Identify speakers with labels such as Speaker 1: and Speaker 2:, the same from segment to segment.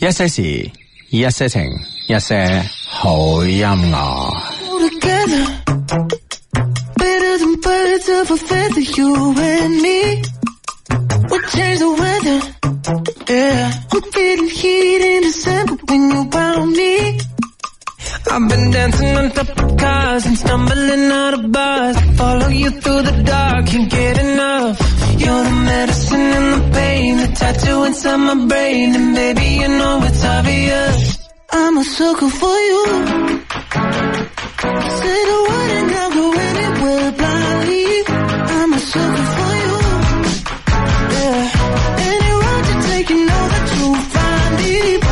Speaker 1: 一些事，一些情，一些好音樂。
Speaker 2: together. Better than birds of a feather, you and me. We change the weather. Yeah, I'm feeling heat in December when you found me. I've been dancing on top of cars and stumbling out of bars. Follow you through the dark, can't get enough. You're the medicine and the pain, the tattoo inside my brain, and baby you know it's obvious. I'm a sucker for you. Say the word and I'll go anywhere blindly. I'm a sucker for you. Yeah. Any road you take, you know that you'll find deep.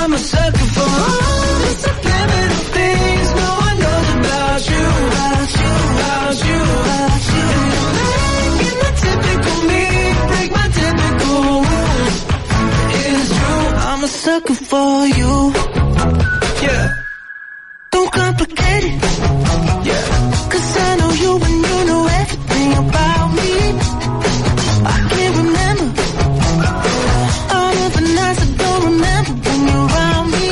Speaker 2: I'm a sucker for all the subliminal things no one knows about you, about you, about you, about you. And you're making the typical me break my typical rules. It's true, I'm a sucker for you. Yeah. Don't complicate it. Cause I know you and you know everything about me. I can't remember all of the nights I don't remember when you're around me.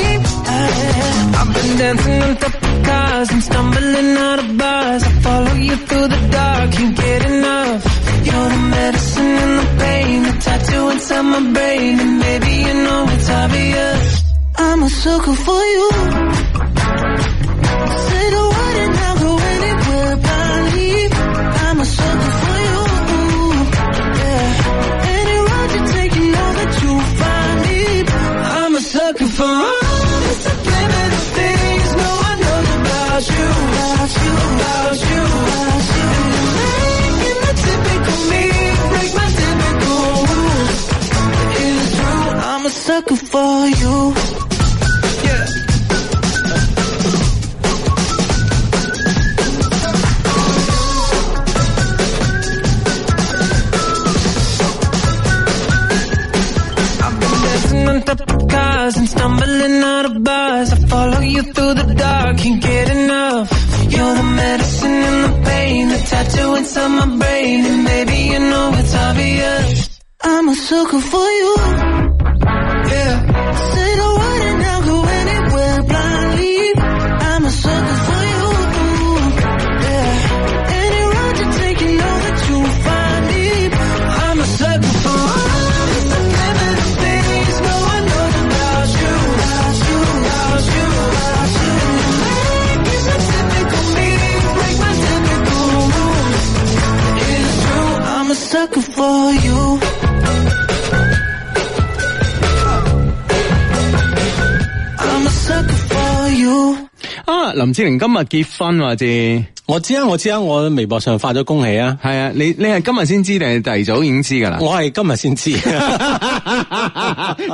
Speaker 2: I- I've been dancing on top of cars and stumbling out of bars. I follow you through the dark, can't get enough. You're the medicine and the pain, the tattoo inside my brain, and maybe you know it's obvious. I'm a sucker for you. Say the word and I'll go anywhere blindly. I'm a sucker for you. Yeah. Any road you take, you know that you'll find me. I'm a sucker for all the subliminal things no one knows about you, about you, about you, about you. And you're making the typical me break my typical rules. It's true, I'm a sucker for you. Yeah. dancing on top of cars and stumbling out of bars. I follow you through the dark, can't get enough. You're the medicine and the pain, the tattoo inside my brain, and baby you know it's obvious. I'm a sucker for you. Yeah. "Oh, Say the word and I'll go anywhere blindly. I'm a sucker for you. Yeah. Any road you take, you know that you'll find me. I'm a sucker for all the subliminal things no one knows about you, about you, about you, about you. And you're making the typical me break my typical rules. It's true, I'm a sucker for you. I'm a sucker for you.
Speaker 1: 啊，林志玲今日結婚喎，知係
Speaker 3: 我知啊，我知啊，我微博上發咗恭喜啊！
Speaker 1: 啊，你你係今日先知定係第二早已經知㗎啦？
Speaker 3: 我係今 日先知，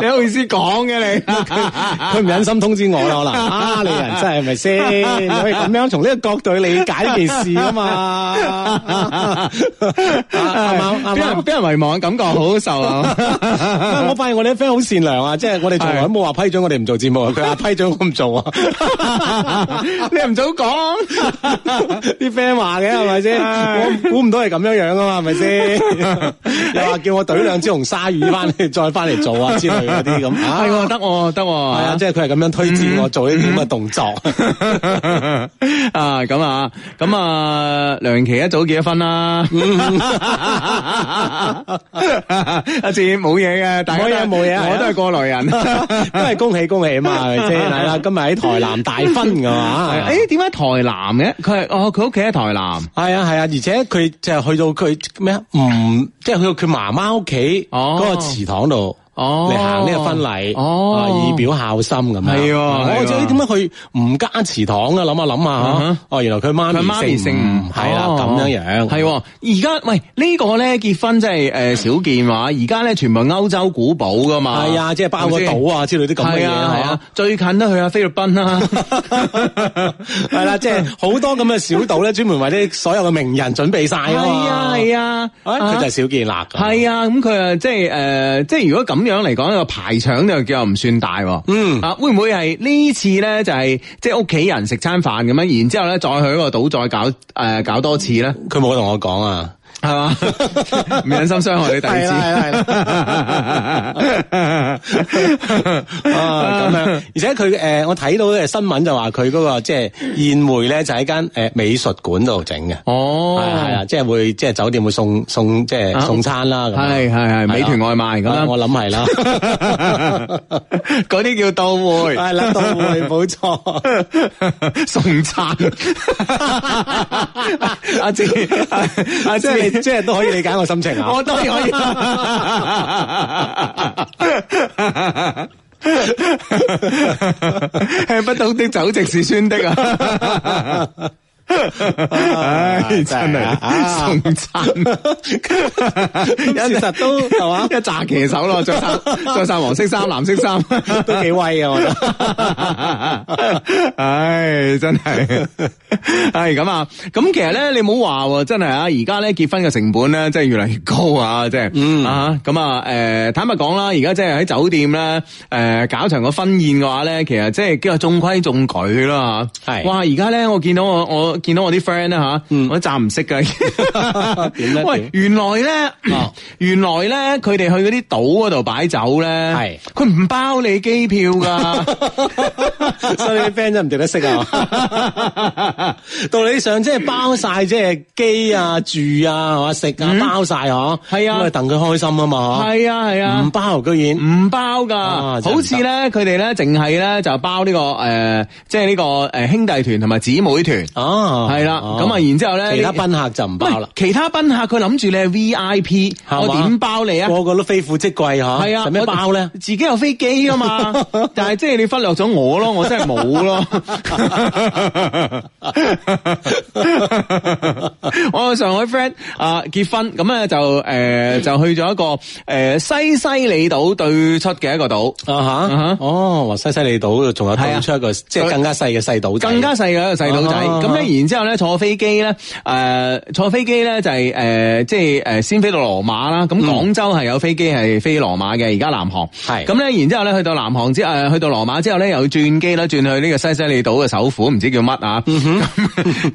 Speaker 1: 你好意思講嘅你？
Speaker 3: 佢唔忍心通知我啦，可 能啊，你人真係咪先？你可以咁樣從呢個角度去理解呢件事啊嘛，啊啱啱
Speaker 1: 俾
Speaker 3: 啱
Speaker 1: 人
Speaker 3: 啱。
Speaker 1: 俾人遺忘嘅感覺好好受啊！
Speaker 3: 我發現我哋啲 friend 好善良啊，即係我哋從來都冇話批准我哋唔做節目啊，佢話批准我唔做啊，
Speaker 1: 你又唔早講，
Speaker 3: 啲 friend 話嘅係咪先？
Speaker 1: 唉
Speaker 3: 我估唔到係咁樣樣啊嘛，係咪先？又話叫我懟兩支紅鯊魚翻嚟，再翻嚟做啊之類嗰啲咁啊
Speaker 1: 係。喎，得喎，得喎，
Speaker 3: 系啊， 即係佢係咁樣推薦我做呢啲咁嘅動作。
Speaker 1: 啊，咁啊，咁啊，梁詠琪一早結咗婚啦。 阿志冇嘢嘅，大家都係
Speaker 3: 冇嘢冇嘢係啊
Speaker 1: 我都係過來人。
Speaker 3: 都係恭喜恭喜啊嘛，係咪先？係啦，今日喺台南大婚 噶嘛。
Speaker 1: 係誒，點解台南嘅？佢係哦，佢屋企喺台南。
Speaker 3: 係啊係啊，而且佢就係去到佢咩啊？唔即係去到佢媽媽屋企
Speaker 1: 哦
Speaker 3: 嗰個祠堂度。
Speaker 1: 哦
Speaker 3: 嚟行呢個婚禮，
Speaker 1: 哦啊
Speaker 3: 啊以表孝心咁樣。啊
Speaker 1: 係喎
Speaker 3: 我就
Speaker 1: 係喎
Speaker 3: 咦點解佢唔加祠堂啊嘅？諗下諗下
Speaker 1: 嗯哼
Speaker 3: 嚇哦，原來佢媽
Speaker 1: 佢媽咪
Speaker 3: 咪
Speaker 1: 姓
Speaker 3: 姓
Speaker 1: 吳哦
Speaker 3: 吳，係啦咁樣樣。
Speaker 1: 係喎。而家喂呢個咧結婚真係誒少見話，而家咧全部歐洲古堡噶嘛。
Speaker 3: 係啊，即係包個
Speaker 1: 係咪先
Speaker 3: 島啊之類啲咁嘅嘢
Speaker 1: 係啊係
Speaker 3: 嚇
Speaker 1: 啊，最近都去下菲律賓啦。
Speaker 3: 系啦，即係好多咁嘅小島咧，專門為啲所有嘅名人準備晒
Speaker 1: 係
Speaker 3: 啊
Speaker 1: 啊
Speaker 3: 嘛。
Speaker 1: 係啊，
Speaker 3: 哎，佢就係少見啦。
Speaker 1: 系啊，咁佢啊，即系诶、呃即系如果咁樣嚟講，個排場就叫唔算大喎。
Speaker 3: 嗯
Speaker 1: 啊，會唔會係呢次咧就係即系屋企人食餐飯咁樣，然之后咧再去一個島再搞诶、呃搞多次咧？
Speaker 3: 佢冇同我講啊。
Speaker 1: 系嘛，唔忍心傷害你弟子，
Speaker 3: 係啦
Speaker 1: 係
Speaker 3: 啊咁樣，而且佢誒，我睇到嘅新聞就話佢嗰個即係宴會咧，就喺間誒美術館度整嘅。
Speaker 1: 哦，
Speaker 3: 係係啊，即係會即係酒店會送送即係
Speaker 1: 啊
Speaker 3: 送餐啦。咁樣
Speaker 1: 係係係美團外賣咁樣
Speaker 3: 啊我 諗係啦。
Speaker 1: 嗰啲叫到會，
Speaker 3: 係啦，到會冇錯。
Speaker 1: 送餐。À, 阿志，阿阿
Speaker 3: 即 係
Speaker 1: 志
Speaker 3: 你，即係都可以理解我心情啊。
Speaker 1: 我當然可以。吃不到的酒席是酸的啊！唉，真係送餐，
Speaker 3: 事實都啊係嘛
Speaker 1: 一扎騎手咯，着晒 着晒黃色衫、藍色衫。
Speaker 3: 都幾威啊！我覺得。
Speaker 1: 唉，真係，係咁啊！咁其實咧，你唔好話喎，真係啊！而家咧結婚嘅成本咧，真係越嚟越高啊！即係、
Speaker 3: 嗯
Speaker 1: 啊，咁啊，誒、坦白講啦，而家即係喺酒店咧，誒、搞場個婚宴嘅話咧，其實即係叫做中規中矩啦嚇
Speaker 3: 係嗯
Speaker 1: 哇！而家咧，我見到我我見到我啲 friend 咧嚇，我都暫唔識嘅。
Speaker 3: 點咧
Speaker 1: 喂
Speaker 3: 點，
Speaker 1: 原來咧，
Speaker 3: 啊
Speaker 1: 原來咧，佢哋去嗰啲島嗰度擺酒咧，
Speaker 3: 係
Speaker 1: 佢唔包你機票㗎。
Speaker 3: 所以啲 friend 真唔值得識啊！ 道理上即係包晒，即係機啊、住啊、係嘛食啊，包晒
Speaker 1: 嗯
Speaker 3: 嗬。
Speaker 1: 係啊
Speaker 3: 咁啊等佢開心啊嘛。
Speaker 1: 系啊系
Speaker 3: 嗬唔
Speaker 1: 啊，
Speaker 3: 包居然
Speaker 1: 唔包
Speaker 3: 啊
Speaker 1: 噶，
Speaker 3: 真係唔得
Speaker 1: 好似咧佢哋咧淨係咧就包呢個诶，即係呢個诶兄弟團同埋姊妹團，
Speaker 3: 哦，
Speaker 1: 係啦，
Speaker 3: 哦
Speaker 1: 咁啊然之后咧
Speaker 3: 其他賓客就唔
Speaker 1: 唔係
Speaker 3: 包啦，
Speaker 1: 其他賓客佢諗住你係 V I P，
Speaker 3: 係
Speaker 1: 我
Speaker 3: 嘛
Speaker 1: 點包你啊？
Speaker 3: 個個都非富即貴嗬。
Speaker 1: 係啊，
Speaker 3: 使咩
Speaker 1: 我
Speaker 3: 包咧？
Speaker 1: 自己有飛機啊 嘛，但係即係你忽略咗我咯，我真係冇咯。我有上海 friend 啊結婚咁咧就誒、就去咗一個誒、西西里島對出嘅一個島。
Speaker 3: 啊
Speaker 1: 哈
Speaker 3: 吓，哦，話西西里島仲有
Speaker 1: 係啊
Speaker 3: 倒出一個即係更加細嘅細島仔，
Speaker 1: 更加細嘅一個細佬仔，
Speaker 3: 啊
Speaker 1: 咁咧然之後咧坐飛機咧，誒、坐飛機咧就係、呃即係誒、呃先飛到羅馬啦，咁
Speaker 3: 嗯
Speaker 1: 廣州係有飛機係飛羅馬嘅，而家南航
Speaker 3: 係
Speaker 1: 咁咧，然之後咧去到南航之誒、呃去到羅馬之後咧又轉機啦，轉去呢個西西里島嘅首府，唔知叫乜啊，咁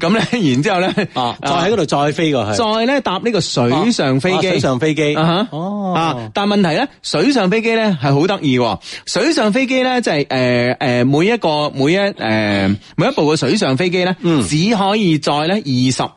Speaker 1: 咁咧然之後咧
Speaker 3: 嗯啊，再喺嗰度再飛過去，
Speaker 1: 再咧搭呢個水上飛
Speaker 3: 啊
Speaker 1: 機。
Speaker 3: 水上飛機，
Speaker 1: 啊哈
Speaker 3: 哦
Speaker 1: 啊！但問題咧，水上飛機咧係好得意喎。水上飛機咧就係誒誒呃每一個每一誒、呃每一部嘅水上飛機咧，只可以載咧二十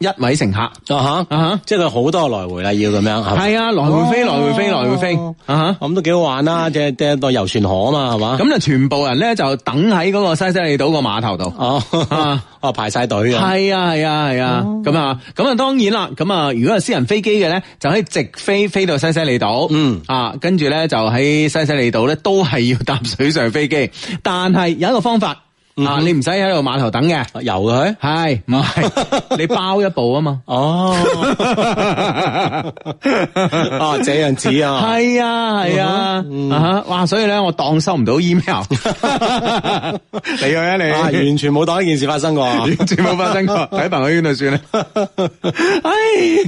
Speaker 1: 一位乘客。
Speaker 3: 嗯啊
Speaker 1: 啊哈
Speaker 3: 吓，即係佢好多來回啦，要咁樣係嘛
Speaker 1: 係啊，來回飛，來回飛，來回飛
Speaker 3: 哦
Speaker 1: 啊哈！
Speaker 3: 咁都幾好玩啦，即係即係當遊船河啊嘛，係嘛？
Speaker 1: 咁就全部人咧就等喺嗰個西西里島個碼頭度。
Speaker 3: 哦
Speaker 1: 啊，
Speaker 3: 哦排晒隊啊，
Speaker 1: 係啊係啊係啊，咁啊咁啊當然啦，咁啊如果係私人飛機嘅咧，就可以直飛飛到西西里島，
Speaker 3: 嗯
Speaker 1: 啊，跟住咧就喺西西里島咧都係要搭水上飛機，但係有一個方法啊，你唔使喺度碼頭等嘅，
Speaker 3: 遊佢，
Speaker 1: 係唔 係？你包一部啊嘛。
Speaker 3: 哦，哦這樣子啊，
Speaker 1: 係啊係啊，啊哈哇！所以咧，我當收唔到 email，你去啊你
Speaker 3: 啊 完全冇當呢件事發生過啊，
Speaker 1: 完全冇發生過，喺朋友圈度算啦。唉，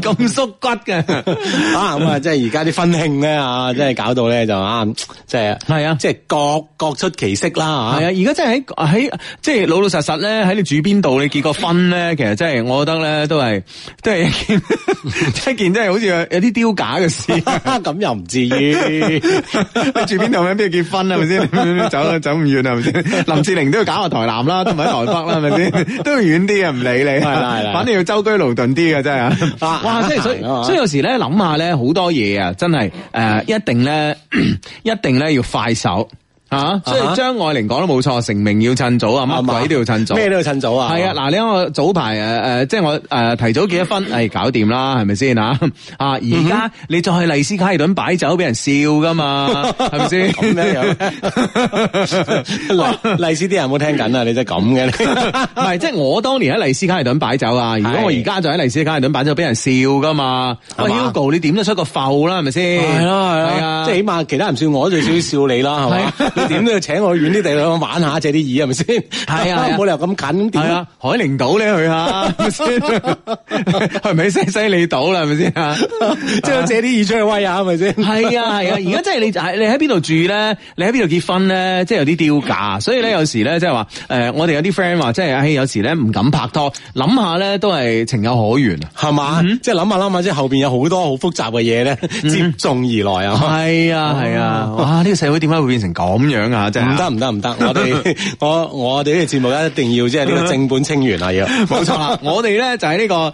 Speaker 1: 咁縮骨嘅，
Speaker 3: 啊咁啊，即係而家啲婚慶咧啊，即係搞到咧就啊，即係
Speaker 1: 係啊
Speaker 3: 即係各各出其色
Speaker 1: 係
Speaker 3: 啦
Speaker 1: 啊！
Speaker 3: 嚇，
Speaker 1: 而家真係喺喺即係老老實實咧，喺你住邊度，你結個婚咧，其實真係我覺得咧，都係都係一件 一件真係好似有有啲丟架嘅事。
Speaker 3: 咁又唔 至於，
Speaker 1: 你住邊度咩？邊度結婚係咪先？ 走啊走唔遠係咪先？ 林志玲都要搞下台南啦，都唔喺台北啦，係咪 先？都要遠啲啊嘅，唔理你。
Speaker 3: 係啦係啦
Speaker 1: 反正要周居勞頓啲嘅真係啊
Speaker 3: 啊！
Speaker 1: 哇，即係所以
Speaker 3: 係啊
Speaker 1: 所以有時咧諗下咧好多嘢啊，真係誒、呃一定咧 一定咧要快手啊！所以張愛玲講得冇錯，成名要趁早啊，
Speaker 3: 係
Speaker 1: 乜
Speaker 3: 嘛
Speaker 1: 鬼都要趁早。
Speaker 3: 咩都要趁早啊，
Speaker 1: 係 啊，嗱，你睇我早排诶诶，呃即係我诶提早結咗婚，诶哎搞掂啦，係咪先啊？ 啊，
Speaker 3: 嗯
Speaker 1: 而家你再去麗斯卡爾頓擺酒，俾人笑噶嘛， 係咪先？
Speaker 3: 咁樣樣，利利是啲人有冇聽緊啊？你真係咁嘅你。
Speaker 1: 唔係，即係我當年喺麗斯卡爾頓擺酒啊！如果
Speaker 3: 係
Speaker 1: 我而家就喺麗斯卡爾頓擺酒，俾人笑噶嘛。
Speaker 3: 係
Speaker 1: 喂
Speaker 3: 嘛
Speaker 1: ，Hugo，你點都出個埠啦，係咪先？
Speaker 3: 系啦系
Speaker 1: 係啊
Speaker 3: 啦，即系起碼其他人笑我，最少笑你啦，係嘛？你你點都要請我去遠啲地方玩下，借啲椅係咪先？
Speaker 1: 係啊係啊
Speaker 3: 冇理由咁近咁
Speaker 1: 系
Speaker 3: 點
Speaker 1: 啊，海陵島咧去下，係咪先？係咪西西里島啦？係咪先 啊？
Speaker 3: 即係借啲椅出去威下係咪先？
Speaker 1: 係啊係啊，而家真係你喺你喺邊度住咧，你喺邊度結婚咧，即係有啲丟架，所以咧有時咧即係話誒，我哋有啲 friend 話即係，唉，有時咧唔敢拍拖，諗下咧都係情有可原啊。
Speaker 3: 係嘛？即係諗下諗下，即係後邊有好多好複雜嘅嘢咧，接踵而來啊！
Speaker 1: 係嗯啊係啊，哇！呢個社會點解會變成咁樣啊？真係
Speaker 3: 唔得唔得唔得，我哋 我我哋呢個節目咧，一定要即係呢個正本清源啊！要
Speaker 1: 冇錯啦，我哋咧就喺呢、個誒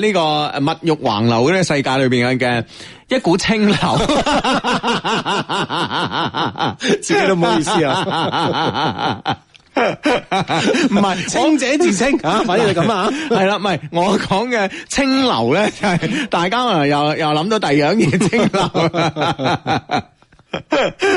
Speaker 1: 呢、個物欲橫流呢個世界裏邊嘅一股清流，
Speaker 3: 自己都唔好意思
Speaker 1: 啊！唔係
Speaker 3: 清者自清啊，反正就咁啊！
Speaker 1: 系啦，唔 係我講嘅清流咧，就係大家可能又又諗到第二樣嘢清流。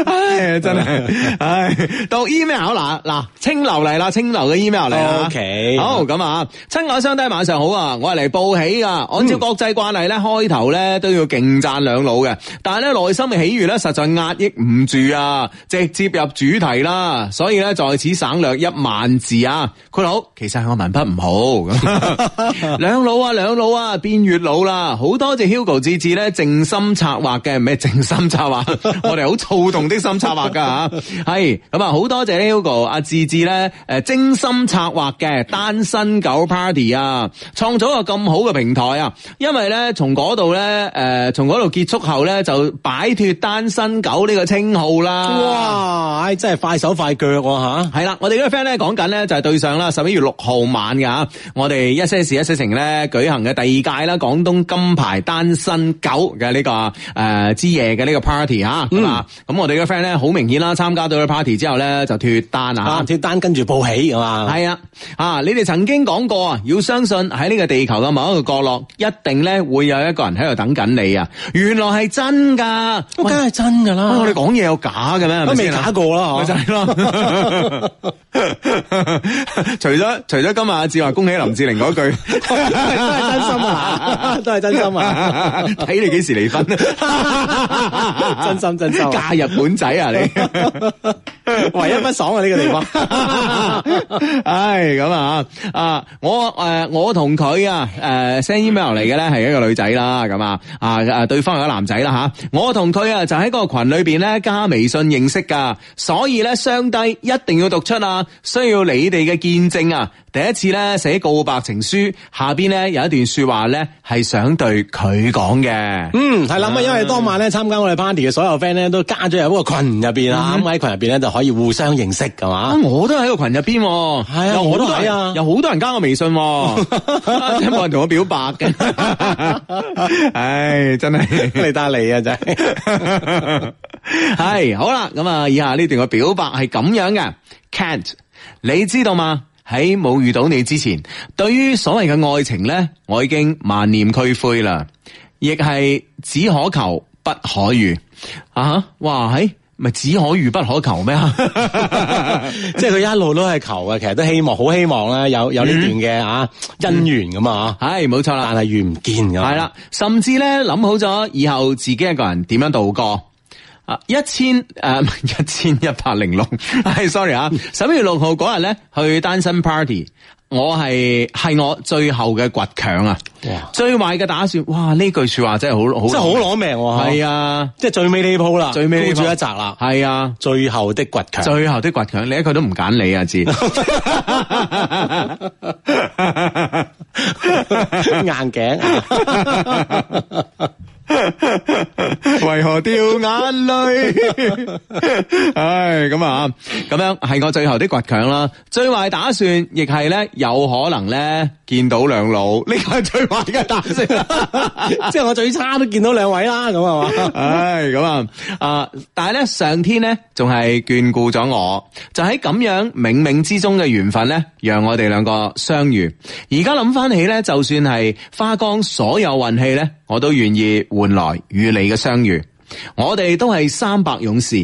Speaker 1: 唉，真係，唉，到 email 啦，嗱，清流嚟啦，清流嘅 email 嚟啦
Speaker 3: OK
Speaker 1: 好咁啊，親愛相低晚上好啊，我係嚟報喜噶，按照國際慣例咧，開頭咧都要勁讚兩老嘅，但係咧內心嘅喜悦咧實在壓抑唔住啊，直接入主題啦，所以咧在此省略一萬字啊，佢好，其實係我文筆唔好咁，兩老啊兩老啊，變月老啦，好多謝 Hugo 志志咧靜心策劃嘅，咩靜心策劃，我哋好躁動的心策劃噶吓，係咁啊，好多謝 Hugo 阿志志咧，誒精心策劃嘅單身狗 party 啊，創造一個咁好嘅平台啊，因為咧從嗰度咧誒從嗰度結束後咧就擺脱單身狗呢個稱號啦，！
Speaker 3: 哇，唉，真係快手快腳喎嚇！
Speaker 1: 系啦，我哋呢個 friend 咧講緊咧就係對上啦，十一月六號晚嘅吓，我哋一些事一些情咧舉行嘅第二屆啦，廣東金牌單身狗嘅呢個诶、呃之夜嘅呢個 party 吓，咁啊，咁我哋呢個 friend 咧好明顯啦，參加到呢個 party 之後咧就脱單
Speaker 3: 啊，
Speaker 1: 啊。
Speaker 3: 貼單跟住報喜係嘛？
Speaker 1: 係啊，啊！你哋曾經講過啊，要相信喺呢個地球嘅某一個角落，一定咧會有一個人喺度等緊你啊！原來係真㗎，
Speaker 3: 咁梗係真㗎啦！
Speaker 1: 喂我哋講嘢有假嘅咩？係咪
Speaker 3: 都未
Speaker 1: 先啊
Speaker 3: 打過啦，
Speaker 1: 咪
Speaker 3: 嗬
Speaker 1: 就係咯。 除咗除咗今日阿志話恭喜林志玲嗰句，
Speaker 3: 都係真心啊，都係真心啊，
Speaker 1: 睇你幾時離婚？
Speaker 3: 真心真心啊，
Speaker 1: 嫁日本仔啊你！
Speaker 3: 唯一不爽啊呢個地方。
Speaker 1: 唉，咁啊啊，我诶、呃我同佢啊诶 send email 嚟嘅咧係一個女仔啦，咁啊啊诶对方係一個男仔啦吓，我同佢啊就喺個群裏边咧加微信認識噶，所以咧相低一定要讀出啊，需要你哋嘅見證啊。第一次咧寫告白情書，下邊咧有一段说話咧係想對佢講嘅。
Speaker 3: 嗯，係啦，咁啊因為當晚咧參加我哋 party 嘅所有 friend 咧都加咗入嗰個群入邊啊，咁喺群入邊咧就可以互相認識㗎
Speaker 1: 啊！
Speaker 3: 嘛。
Speaker 1: 我都喺個群入邊喎，
Speaker 3: 係啊
Speaker 1: 有好
Speaker 3: 我都
Speaker 1: 多人
Speaker 3: 係啊
Speaker 1: 有好多人加我微信 喎，真係冇人同我表白嘅，唉，真係。
Speaker 3: 你得你啊，真係。
Speaker 1: 系好啦，咁啊，以下呢段嘅表白係咁樣嘅，Can't，你知道嘛？喺冇遇到你之前，對於所謂嘅愛情呢，我已經萬念俱灰啦，亦係只可求不可遇啊！哇，喺咪只可遇不可求咩啊？
Speaker 3: 即係佢一路都係求嘅，其實都希望，好希望咧有有呢段嘅啊姻緣咁啊，
Speaker 1: 係冇錯啦
Speaker 3: 但。係遇唔見啊㗎。
Speaker 1: 系啦，甚至咧諗好咗以後自己一個人點樣度過。啊！ 一千诶，唔係一千一百零六， 系 sorry 啊！十一月六號嗰日咧，去單身 party，我係係我最後嘅倔強啊！
Speaker 3: 哇
Speaker 1: 最壞嘅打算，哇！呢句说話真係好好，
Speaker 3: 真係好攞命喎。
Speaker 1: 係啊，
Speaker 3: 即係最尾呢鋪啦，
Speaker 1: 最尾呢鋪
Speaker 3: 孤注一擲啦，
Speaker 1: 係啊，
Speaker 3: 最後的倔強。
Speaker 1: 最後的倔強，你一句都唔揀你啊！ 知
Speaker 3: 硬頸啊，
Speaker 1: 为何掉眼泪？ 唉，咁啊，咁样系我最后的倔强啦。最坏打算亦系咧，有可能咧见到两老，呢个系最坏嘅打算。
Speaker 3: 即係我最差都見到兩位啦，咁啊嘛。
Speaker 1: 唉，咁啊，啊，但系咧，上天咧仲系眷顧咗我，就喺咁樣冥冥之中嘅緣分咧，讓我哋兩個相遇。而家諗翻起咧，就算係花光所有運氣咧，我都願意換來與你嘅相遇。我哋都係三百勇士，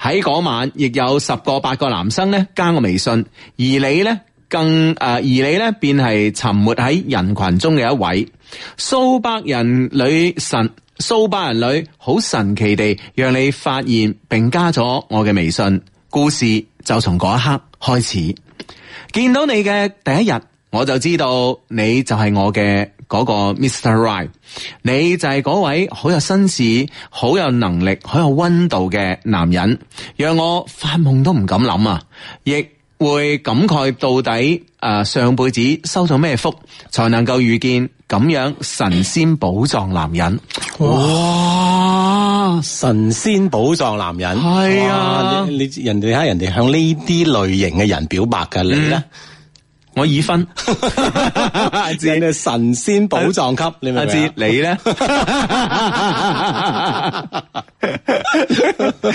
Speaker 1: 喺嗰晚亦有十個八個男生咧加我微信，而你咧。更誒、呃而你咧便係沉沒喺人群中嘅一位。蘇北人女神，蘇北人女好神奇地讓你發現並加咗我嘅微信。故事就從嗰一刻開始。見到你嘅第一日，我就知道你就係我嘅嗰個 Mr. Right，你就係嗰位好有紳士、好有能力、好有溫度嘅男人，讓我發夢都唔敢諗啊！亦會感慨到底誒、呃上輩子收咗咩福，才能夠遇見咁樣神仙寶藏男人。哇！
Speaker 3: 神仙寶藏男人
Speaker 1: 係啊
Speaker 3: 哇你你人哋睇下人哋向呢啲類型嘅人表白嘅，你咧
Speaker 1: 我已婚，
Speaker 3: 人哋神仙寶藏級，你明
Speaker 1: 阿
Speaker 3: 唔
Speaker 1: 哲
Speaker 3: 明啊？
Speaker 1: 你咧？ 阿哲，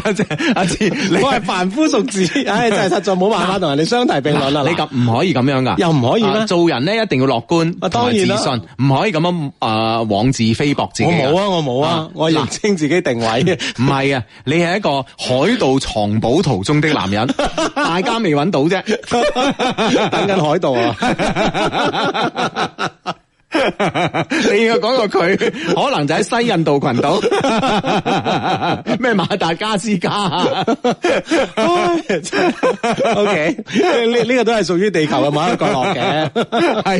Speaker 1: 阿哲，阿哲，你
Speaker 3: 我係凡夫俗 子，唉，真係實在冇辦法同人哋相提並論啦。
Speaker 1: 你咁唔可以咁樣噶，
Speaker 3: 又唔可以咩
Speaker 1: 啊做人咧一定要樂觀，
Speaker 3: 啊
Speaker 1: 同
Speaker 3: 當
Speaker 1: 埋自
Speaker 3: 然啦
Speaker 1: 信，唔可以咁樣啊妄自菲薄自己
Speaker 3: 我
Speaker 1: 㗎。
Speaker 3: 冇啊，我冇啊，我認清自己定
Speaker 1: 唔
Speaker 3: 位。
Speaker 1: 係啊，你係一個海盜藏寶途中的 男人，大家未揾到啫。
Speaker 3: 等緊海盜 啊！
Speaker 1: 你要講個佢，可能就喺西印度群 島，咩馬達加斯加 啊
Speaker 3: O K，呢呢個都係屬於地球嘅某一個角落 嘅。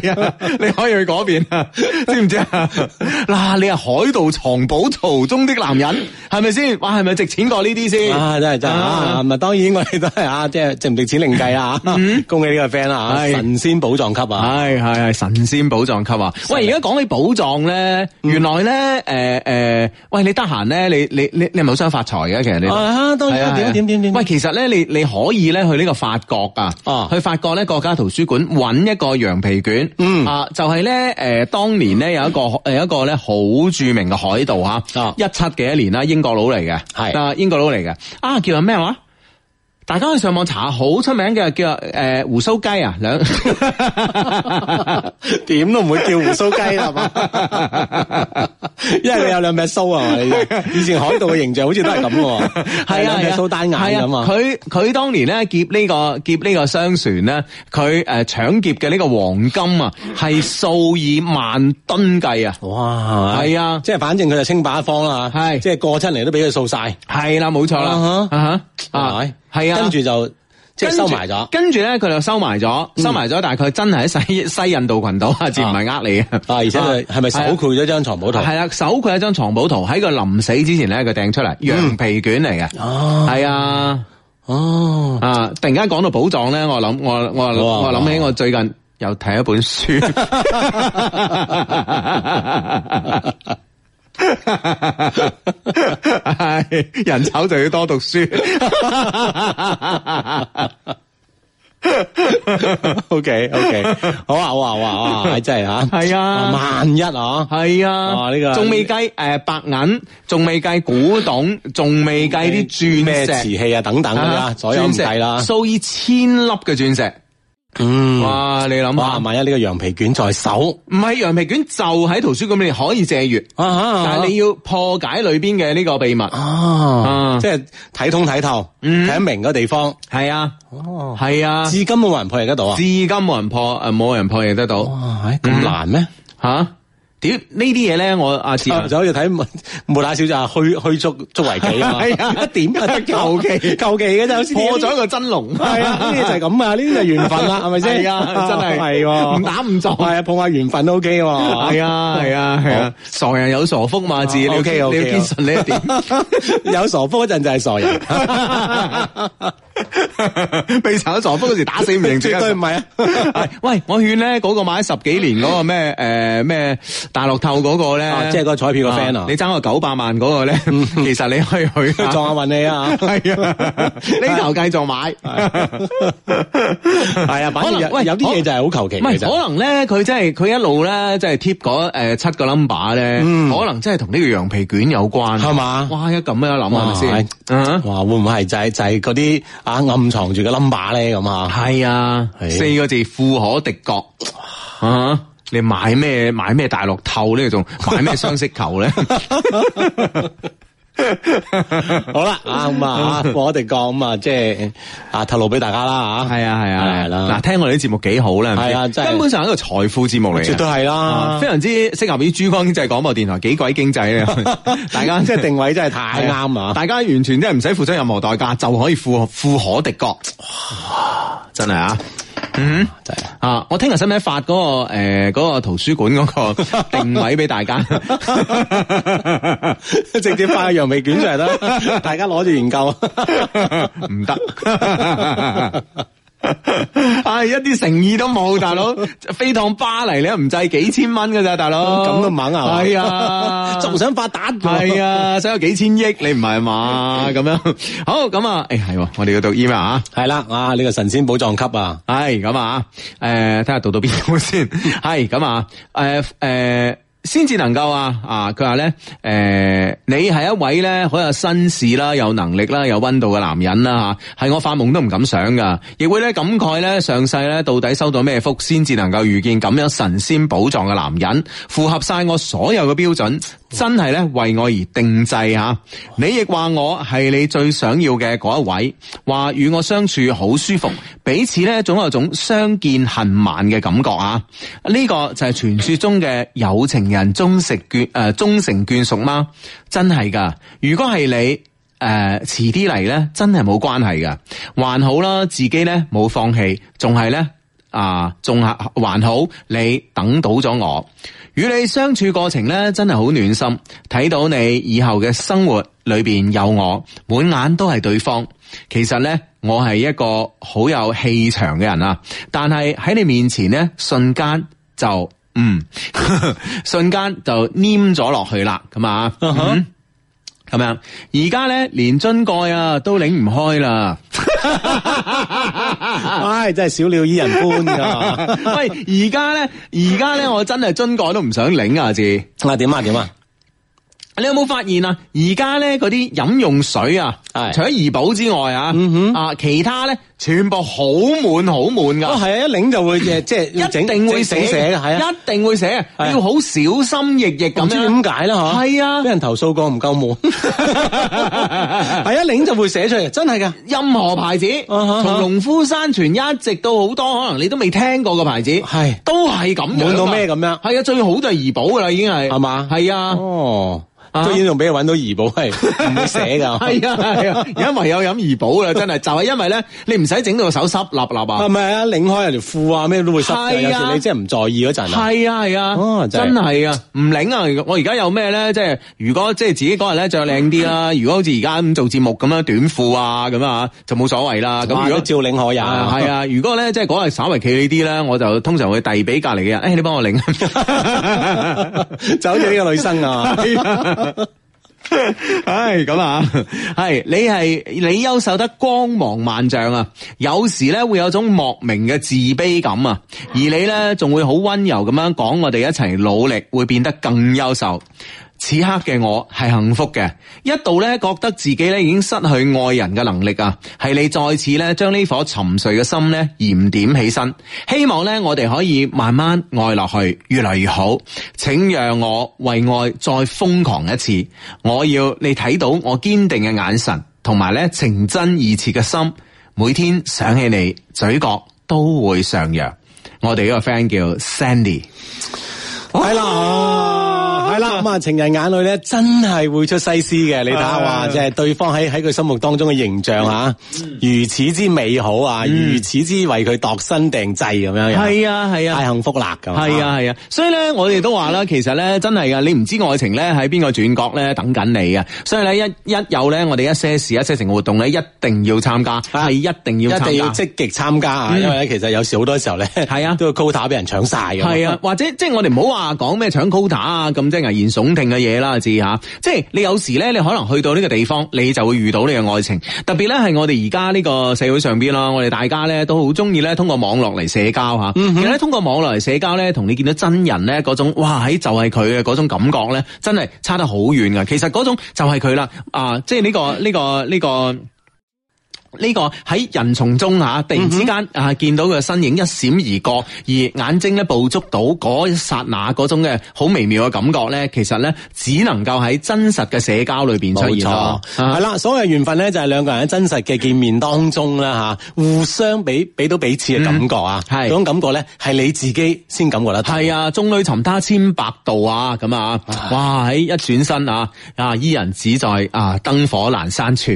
Speaker 1: 係啊，你可以去嗰邊啊，知唔知啊？嗱，你係海盜藏寶途中的男人，係咪先？哇，係咪值錢過呢啲先？
Speaker 3: 啊，真係真係啊！咁啊，當然我哋都係啊，即係值唔值錢另計啊！恭喜呢個 friend 啊，
Speaker 1: 嗯係
Speaker 3: 神仙寶藏級啊！
Speaker 1: 系系系神仙寶藏級啊！喂，而家講起寶藏咧，原來咧，
Speaker 3: 嗯
Speaker 1: 诶、诶、喂，你得閒咧，你你你你係咪好想發財嘅？其實你
Speaker 3: 啊當然
Speaker 1: 係啊
Speaker 3: 點
Speaker 1: 係啊
Speaker 3: 點點點
Speaker 1: 喂，其實咧，你你可以咧去呢個法國啊，
Speaker 3: 啊
Speaker 1: 去法國咧國家圖書館揾一個羊皮卷，
Speaker 3: 嗯
Speaker 1: 啊，就係咧诶，當年咧有一個诶有一個咧好著名嘅海盜吓
Speaker 3: 啊，
Speaker 1: 一七幾一年啦，英國佬嚟嘅，
Speaker 3: 係
Speaker 1: 啊英國佬嚟嘅，啊叫做咩話？大家可以上網查，好出名嘅叫诶、呃、胡鬚雞啊，兩。
Speaker 3: 點都唔會叫胡鬚雞啦係嘛， 因為你有兩撇須啊嘛，你以前海盜嘅形象好似都係咁喎，
Speaker 1: 係啊
Speaker 3: 兩撇鬚單眼咁
Speaker 1: 係啊
Speaker 3: 啊，
Speaker 1: 佢佢當年咧劫呢、個劫呢個商船咧，佢誒搶劫嘅呢個黃金啊，係數以萬噸計啊！
Speaker 3: 哇
Speaker 1: 係啊
Speaker 3: 即係反正佢就稱霸一方啦，啊
Speaker 1: 係
Speaker 3: 即係過親嚟都俾佢掃晒，
Speaker 1: 係啦，冇錯啦
Speaker 3: 啊，
Speaker 1: 啊哈
Speaker 3: 係
Speaker 1: 啊
Speaker 3: 咪，
Speaker 1: 係啊，
Speaker 3: 跟住就即
Speaker 1: 跟
Speaker 3: 係
Speaker 1: 住
Speaker 3: 收埋咗。啊嗯
Speaker 1: 跟住咧佢就收埋咗，收埋咗，但係佢真係喺西 西印度群島啊，自唔係呃你嘅。
Speaker 3: 啊！而且佢係咪手繪咗張藏寶圖？
Speaker 1: 係啦，手佢一張藏寶圖喺佢臨死之前咧，佢掟出嚟羊皮卷嚟嘅，
Speaker 3: 哦
Speaker 1: 係啊。
Speaker 3: 哦，
Speaker 1: 啊！突然間講到寶藏咧，我諗我我
Speaker 3: 哇
Speaker 1: 我諗起我最近又睇一本書。係人醜就要多讀 書。
Speaker 3: O K O K，好啊好啊好啊好啊，真係吓，
Speaker 1: 係啊
Speaker 3: 哇萬一啊，
Speaker 1: 係啊，
Speaker 3: 哇呢個
Speaker 1: 仲未計誒白銀，仲未計古董，仲未計啲
Speaker 3: 咩
Speaker 1: 鑽
Speaker 3: 瓷
Speaker 1: 石。
Speaker 3: 器啊等等
Speaker 1: 啊
Speaker 3: 啦，所有唔計啦
Speaker 1: 鑽石，數以千粒嘅鑽石，
Speaker 3: 嗯，
Speaker 1: 哇！你諗
Speaker 3: 哇，
Speaker 1: 下，
Speaker 3: 萬一呢個羊皮卷在手，
Speaker 1: 唔係羊皮卷就喺圖書館裏可以借閱，
Speaker 3: 啊
Speaker 1: 但係你要破解裏邊嘅呢個秘密。啊
Speaker 3: 啊，即係睇通睇透，
Speaker 1: 嗯
Speaker 3: 睇得明個地方，
Speaker 1: 係啊，
Speaker 3: 哦，
Speaker 1: 係啊，
Speaker 3: 至
Speaker 1: 至
Speaker 3: 今都冇人破譯得到啊，
Speaker 1: 今冇人破，誒冇人破譯得到
Speaker 3: 哇，唉咁難咩？
Speaker 1: 吓。屌呢啲嘢咧，我阿志
Speaker 3: 啊就好似睇《木乃小姐》虛虛竹捉圍棋 啊嘛，
Speaker 1: 係啊
Speaker 3: 一點啊得
Speaker 1: 求其
Speaker 3: 求其嘅就好似啲
Speaker 1: 破咗一個真龍，
Speaker 3: 系啊， 呢啲就係咁啊，呢啲就係緣分 啦，係咪先？
Speaker 1: 係啊真係
Speaker 3: 係喎，
Speaker 1: 唔打唔撞
Speaker 3: 係啊，碰下緣分都 OK 喎。
Speaker 1: 係啊係啊係
Speaker 3: 哦
Speaker 1: 啊，傻人有傻福嘛，阿
Speaker 3: 啊
Speaker 1: 志你要
Speaker 3: OK，OK，
Speaker 1: 你要堅信呢 一點。
Speaker 3: 有傻福嗰陣就係傻人，
Speaker 1: 被炒傻福嗰時打死唔認
Speaker 3: 絕對唔係啊。
Speaker 1: 係哎喂，我勸咧嗰個買咗十幾年嗰個咩誒咩大樂透嗰個咧
Speaker 3: 啊，即係嗰個彩票個 friend 啊嗯
Speaker 1: 你爭個九百萬嗰個咧，其實你可以去 下
Speaker 3: 撞下運氣啊，
Speaker 1: 系啊，呢頭繼續 買，
Speaker 3: 係啊，反正有有啲嘢就係好求其
Speaker 1: 唔係
Speaker 3: 嘅啫。
Speaker 1: 可能咧，佢真係佢一路咧，即係貼嗰诶七個 number 咧，可能真係同呢個羊皮卷有關，
Speaker 3: 係嗯嘛
Speaker 1: 哇！一咁樣諗係咪先？嗯
Speaker 3: 哇，會唔會係就係就係嗰啲啊暗藏住嘅 number 咧咁 啊？
Speaker 1: 係啊，
Speaker 3: 係
Speaker 1: 四個字富可敵國啊！你 買咩買咩大樂透呢？仲買咩雙色球咧？
Speaker 3: 好啦，啊咁 啊，我哋講咁啊，即係啊透露俾大家啦吓，
Speaker 1: 係啊係啊
Speaker 3: 係啦
Speaker 1: 嗱，聽我哋啲節目幾好啦，係咪
Speaker 3: 係啊
Speaker 1: 先
Speaker 3: 真係
Speaker 1: 根本上係一個財富節目嚟嘅，
Speaker 3: 絕對係啦
Speaker 1: 啊非，常之適合於珠江經濟廣播電台，幾鬼經濟咧， 大家
Speaker 3: 即係定位真係太
Speaker 1: 係啊
Speaker 3: 啱啊！
Speaker 1: 大家完全真係唔使付出任何代價就可以富富可敵國，哇真係啊！嗯，
Speaker 3: 真係
Speaker 1: 啊！我聽日使唔使發嗰、個誒、呃嗰個圖書館嗰個 定位俾大家？
Speaker 3: 直接發個羊皮卷出嚟 啦，大家攞住研究。
Speaker 1: 唔得。唉，一啲誠意都冇，大佬飛趟巴黎你都唔制幾千蚊㗎咋，大佬
Speaker 3: 咁都猛啊
Speaker 1: 係 啊，
Speaker 3: 仲想發達喎
Speaker 1: 係啊，想有幾千億你唔係嘛？咁樣好咁啊，誒係喎，我哋要讀 email 啊。
Speaker 3: 係啦，啊呢個神仙寶藏級啊，
Speaker 1: 系咁啊，诶、睇下讀到邊度先。係咁啊，诶、诶。先至能夠啊啊！佢話咧，诶、你係一位咧好有紳士啦、有能力啦、有温度嘅男人啦吓，係我發夢都唔敢想噶，亦會咧感慨咧上世咧到底收到咩福，先至能夠遇見咁樣神仙寶藏嘅男人，符合晒我所有嘅標準，真係咧為我而定制吓、你亦話我係你最想要嘅嗰一位，話與我相處好舒服，彼此咧總有種相見恨晚嘅感覺啊！呢、個就係傳說中嘅有情人終成眷诶、終成眷屬嗎？真係噶，如果係你。誒遲啲嚟咧，真係冇關係噶，還好啦，自己咧冇放棄，仲係咧啊，仲係還好，你等到咗我，與你相處過程咧，真係好暖心。睇到你以後嘅生活裏邊有我，滿眼都係對方。其實咧，我係一個好有氣場嘅人啊，但係喺你面前咧，瞬間就嗯，瞬間就黏咗落去啦，咁啊。嗯咁樣，而家咧連樽蓋啊都擰唔開啦。
Speaker 3: 唉真係小鳥依人般噶。
Speaker 1: 喂，而家咧，而家咧，我真係樽蓋都唔想擰啊！字。
Speaker 3: 啊點啊點啊，
Speaker 1: 你有冇發現啊？而家咧嗰啲飲用水啊，
Speaker 3: 係嗯
Speaker 1: 除咗怡寶之外啊，啊其他咧全部好滿好滿
Speaker 3: 哦
Speaker 1: 噶。
Speaker 3: 係啊一擰就會誒即係要
Speaker 1: 一
Speaker 3: 整
Speaker 1: 定會
Speaker 3: 整寫嘅，係啊，
Speaker 1: 一定會寫，
Speaker 3: 係啊
Speaker 1: 要好小心翼翼
Speaker 3: 唔
Speaker 1: 咁
Speaker 3: 知
Speaker 1: 樣。
Speaker 3: 點解啦嗬，
Speaker 1: 係 啊
Speaker 3: 俾人投訴過唔夠滿， 係一擰就會寫出嚟，真係㗎。
Speaker 1: 任何牌子，
Speaker 3: 啊哈
Speaker 1: 從農夫山泉一直到好多可能你都未聽過嘅牌子，
Speaker 3: 係
Speaker 1: 都係咁樣㗎
Speaker 3: 滿到咩咁樣
Speaker 1: 係啊，最好就係怡寶噶啦，已經係
Speaker 3: 係嘛
Speaker 1: 係啊。
Speaker 3: 哦，
Speaker 1: 啊
Speaker 3: 居然仲俾佢揾到怡寶 係唔會寫㗎。
Speaker 1: 係啊係 啊，而家唯有飲怡寶啦，真係就係因為咧，你唔使整到個手濕立立啊
Speaker 3: 啊，。咪啊，拧開人條褲啊，咩都會濕嘅。
Speaker 1: 係
Speaker 3: 有
Speaker 1: 啊
Speaker 3: 時你真係唔在意嗰陣啊，
Speaker 1: 係啊係啊
Speaker 3: 哦，真係
Speaker 1: 真係啊，唔領啊！我而家有咩咧？即係如果即係自己嗰日咧着靚啲 啦，如果好似而家咁做節目咁樣短褲啊咁啊，就冇所謂啦。咁
Speaker 3: 咁
Speaker 1: 如
Speaker 3: 如
Speaker 1: 果
Speaker 3: 果照拧可也，
Speaker 1: 啊，係 啊！如果咧，即係嗰日稍微企呢啲咧，我就通常會遞俾隔離嘅人，誒、哎你幫我領。啊
Speaker 3: 就好似呢個女生啊，
Speaker 1: 唉，咁啊，係你係你優秀得光芒萬丈啊！有時咧會有種莫名嘅自卑感啊，而你咧仲會好温柔咁樣講，我哋一齊努力會變得更優秀。此刻嘅我係幸福嘅，一度咧覺得自己咧已經失去愛人嘅能力啊，係你再次咧將呢顆沉睡嘅心咧燃點起身，希望咧我哋可以慢慢愛落去，越嚟越好。請讓我為愛再瘋狂一次，我要你睇到我堅定嘅眼神，同埋咧情真意切嘅心，每天想起你，嘴角都會上揚。我哋呢個 friend 叫 Sandy。
Speaker 3: 係哦啦，係啦，咁啊，情人眼裏咧真係會出西施嘅，你睇
Speaker 1: 啊
Speaker 3: 下哇，即係對方喺喺佢心目當中嘅形象啊，
Speaker 1: 嗯
Speaker 3: 如此之美好啊，如此之為佢度身訂制咁樣樣，
Speaker 1: 係啊係啊
Speaker 3: 太幸福啦咁，
Speaker 1: 係啊係啊，所以咧我哋都話啦，其實咧真係噶，你唔知愛情咧喺邊個轉角咧等緊你嘅，所以咧一一有咧我哋一些事一些情活動咧一定要參加，係一定要
Speaker 3: 啊一定要
Speaker 1: 參加。嗯
Speaker 3: 積極參加啊！因為咧，其實有時好多時候咧，係
Speaker 1: 啊
Speaker 3: 都個 quota 俾人搶晒嘅。
Speaker 1: 係啊，或者即係我哋唔好話講咩搶 quota 啊，咁即係危言聳聽嘅嘢啦，知吓。即係你有時咧，你可能去到呢個地方，你就會遇到你嘅愛情。特別咧係我哋而家呢個社會上邊啦，我哋大家咧都好中意咧通過網絡嚟社交吓。其實咧通過網絡嚟社交咧，同你見到真人咧嗰種哇喺就係佢嘅嗰種感覺咧，真係差得好遠噶。其實嗰種就係佢啦，啊，即係呢個呢個呢個。呢個喺人叢中吓，
Speaker 3: 嗯
Speaker 1: 突然之間啊，見到佢身影一閃而過，而眼睛咧捕捉到嗰一剎那嗰種嘅好微妙嘅感覺咧，其實咧只能夠喺真實嘅社交裏邊出
Speaker 3: 冇啊
Speaker 1: 現
Speaker 3: 錯
Speaker 1: 咯，。
Speaker 3: 係
Speaker 1: 啦，
Speaker 3: 啦，所謂緣分咧，就係兩個人喺真實嘅見面當中啦吓，互相俾俾到彼此嘅感覺啊，
Speaker 1: 嗯係
Speaker 3: 嗰種感覺咧係你自己先感覺得到。
Speaker 1: 係啊，眾裏尋他千百度啊，咁啊，哇！喺一轉身啊，啊，伊人只在啊燈火闌珊處，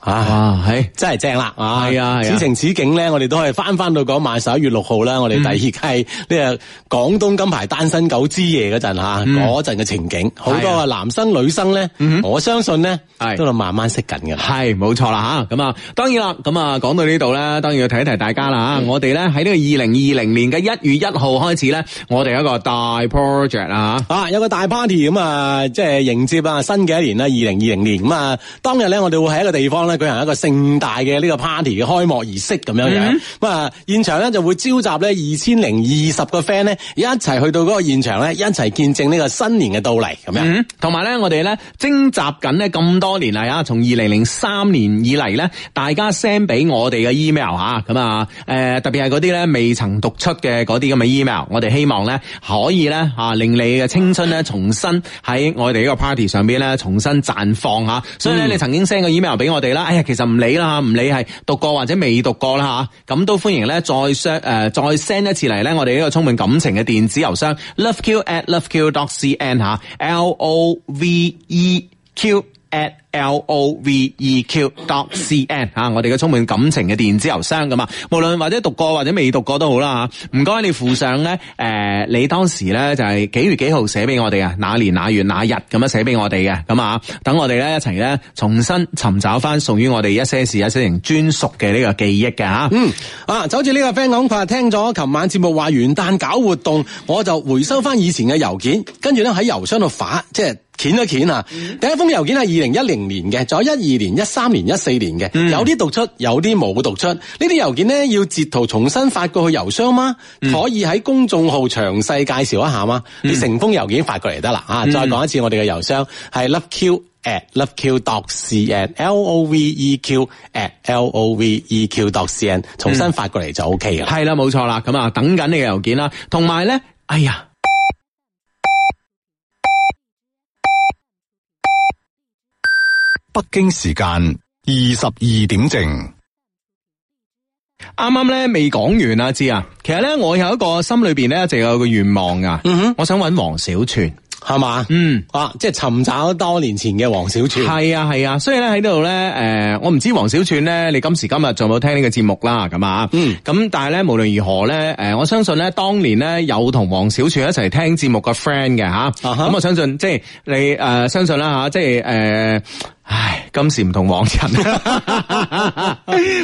Speaker 3: 啊，
Speaker 1: 哇！喺
Speaker 3: 真係正啦，啊
Speaker 1: 係啊係啊
Speaker 3: 此情此景咧，我哋都係翻翻到嗰晚十一月六號啦，我哋第二
Speaker 1: 嗯
Speaker 3: 屆呢個廣東金牌單身狗之夜嗰陣吓，嗰陣嘅情景，好
Speaker 1: 嗯
Speaker 3: 多
Speaker 1: 係啊嗯
Speaker 3: 嘅男生女生咧，我相信咧
Speaker 1: 係
Speaker 3: 都喺度慢慢識緊嘅。
Speaker 1: 系冇錯啦吓，咁啊，當然啦，咁啊，講到呢度咧，當然要提一提大家啦吓，我哋咧喺呢個二零二零年嘅一月一號開始咧，我哋有一個大 project 啊，
Speaker 3: 啊，有個大 party 咁啊，即係迎接啊新嘅一年啦，二零二零年咁啊，當日咧我哋會喺一個地方咧舉行一個盛大嘅呢個 party 嘅開幕儀式咁樣樣。咁啊、現場咧就會召集咧二千零二十個 friend 咧一齊去到嗰個現場咧，一齊見證呢個新年嘅到嚟咁樣。
Speaker 1: 嗯，同埋咧，我哋咧征集緊咧咁多年嚟啊，從二零零三年以嚟咧，大家 send 俾我哋嘅 email 吓，咁啊，诶，特別係嗰啲咧未曾讀出嘅嗰啲咁嘅 email，我哋希望咧可以咧吓令你嘅青春咧重新喺我哋呢個 party 上邊咧重新綻放吓，所以咧你曾經 send 個 email 俾我哋啦，哎呀，其實唔理啦，唔理係讀過或者未讀過啦吓，咁都歡迎咧再 send 誒再 send 一次嚟咧，我哋呢個充滿感情嘅電子郵箱 loveq at loveq dot cn 吓，l o v e q at L O V E Q dot C N 吓，我哋嘅充滿感情嘅電子郵箱咁啊，無論或者讀過或者未讀過都好啦吓，唔該你附上咧，誒、你當時咧就係幾月幾號寫俾我哋啊，哪年哪月哪日咁樣寫俾我哋嘅，咁啊，等我哋咧一齊咧重新尋找翻屬於我哋一些事一些情專屬嘅呢個記憶嘅吓，
Speaker 3: 嗯，啊，就好似呢個 friend 講，佢話聽咗琴晚節目話元旦搞活動，我就回收翻以前嘅郵件，跟住咧喺郵箱度反，即係掀一掀啊。第一封郵件係二零一零年嘅，仲有一二年、一三年、一四年嘅，有啲讀出，有啲冇讀出。呢啲郵件呢，要截圖重新發過去郵箱嗎？可以喺公眾號詳細介紹一下嗎？你成封郵件發過嚟得啦，啊，再講一次我哋嘅郵箱係 loveq。at loveq dot cn l o v e q at l o v e q dot cn 重新發過嚟
Speaker 1: 嗯
Speaker 3: 就 O K 噶啦。
Speaker 1: 係啦，冇錯啦，咁啊，等緊你嘅郵件啦，同埋咧，哎呀。
Speaker 4: 北京時間二十二點正。
Speaker 1: 啱啱咧未講完啊，知啊，其實咧我有一個心裏邊咧一直有個願望噶，我想揾黃小泉，
Speaker 3: 係嘛？
Speaker 1: 嗯。
Speaker 3: 啊，即係尋找多年前嘅黃小柱。
Speaker 1: 系啊系啊，所以咧喺度咧，诶、我唔知黃小串咧，你今時今日仲有冇聽呢個節目啦，咁啊，
Speaker 3: 嗯
Speaker 1: 咁但係咧，無論如何咧，诶、我相信咧，當年咧有同黃小串一齊聽節目嘅 friend 嘅吓，咁、
Speaker 3: 啊哈
Speaker 1: 我相信即係你诶、誒相信啦吓、即係诶。誒唉，今時唔同 往日。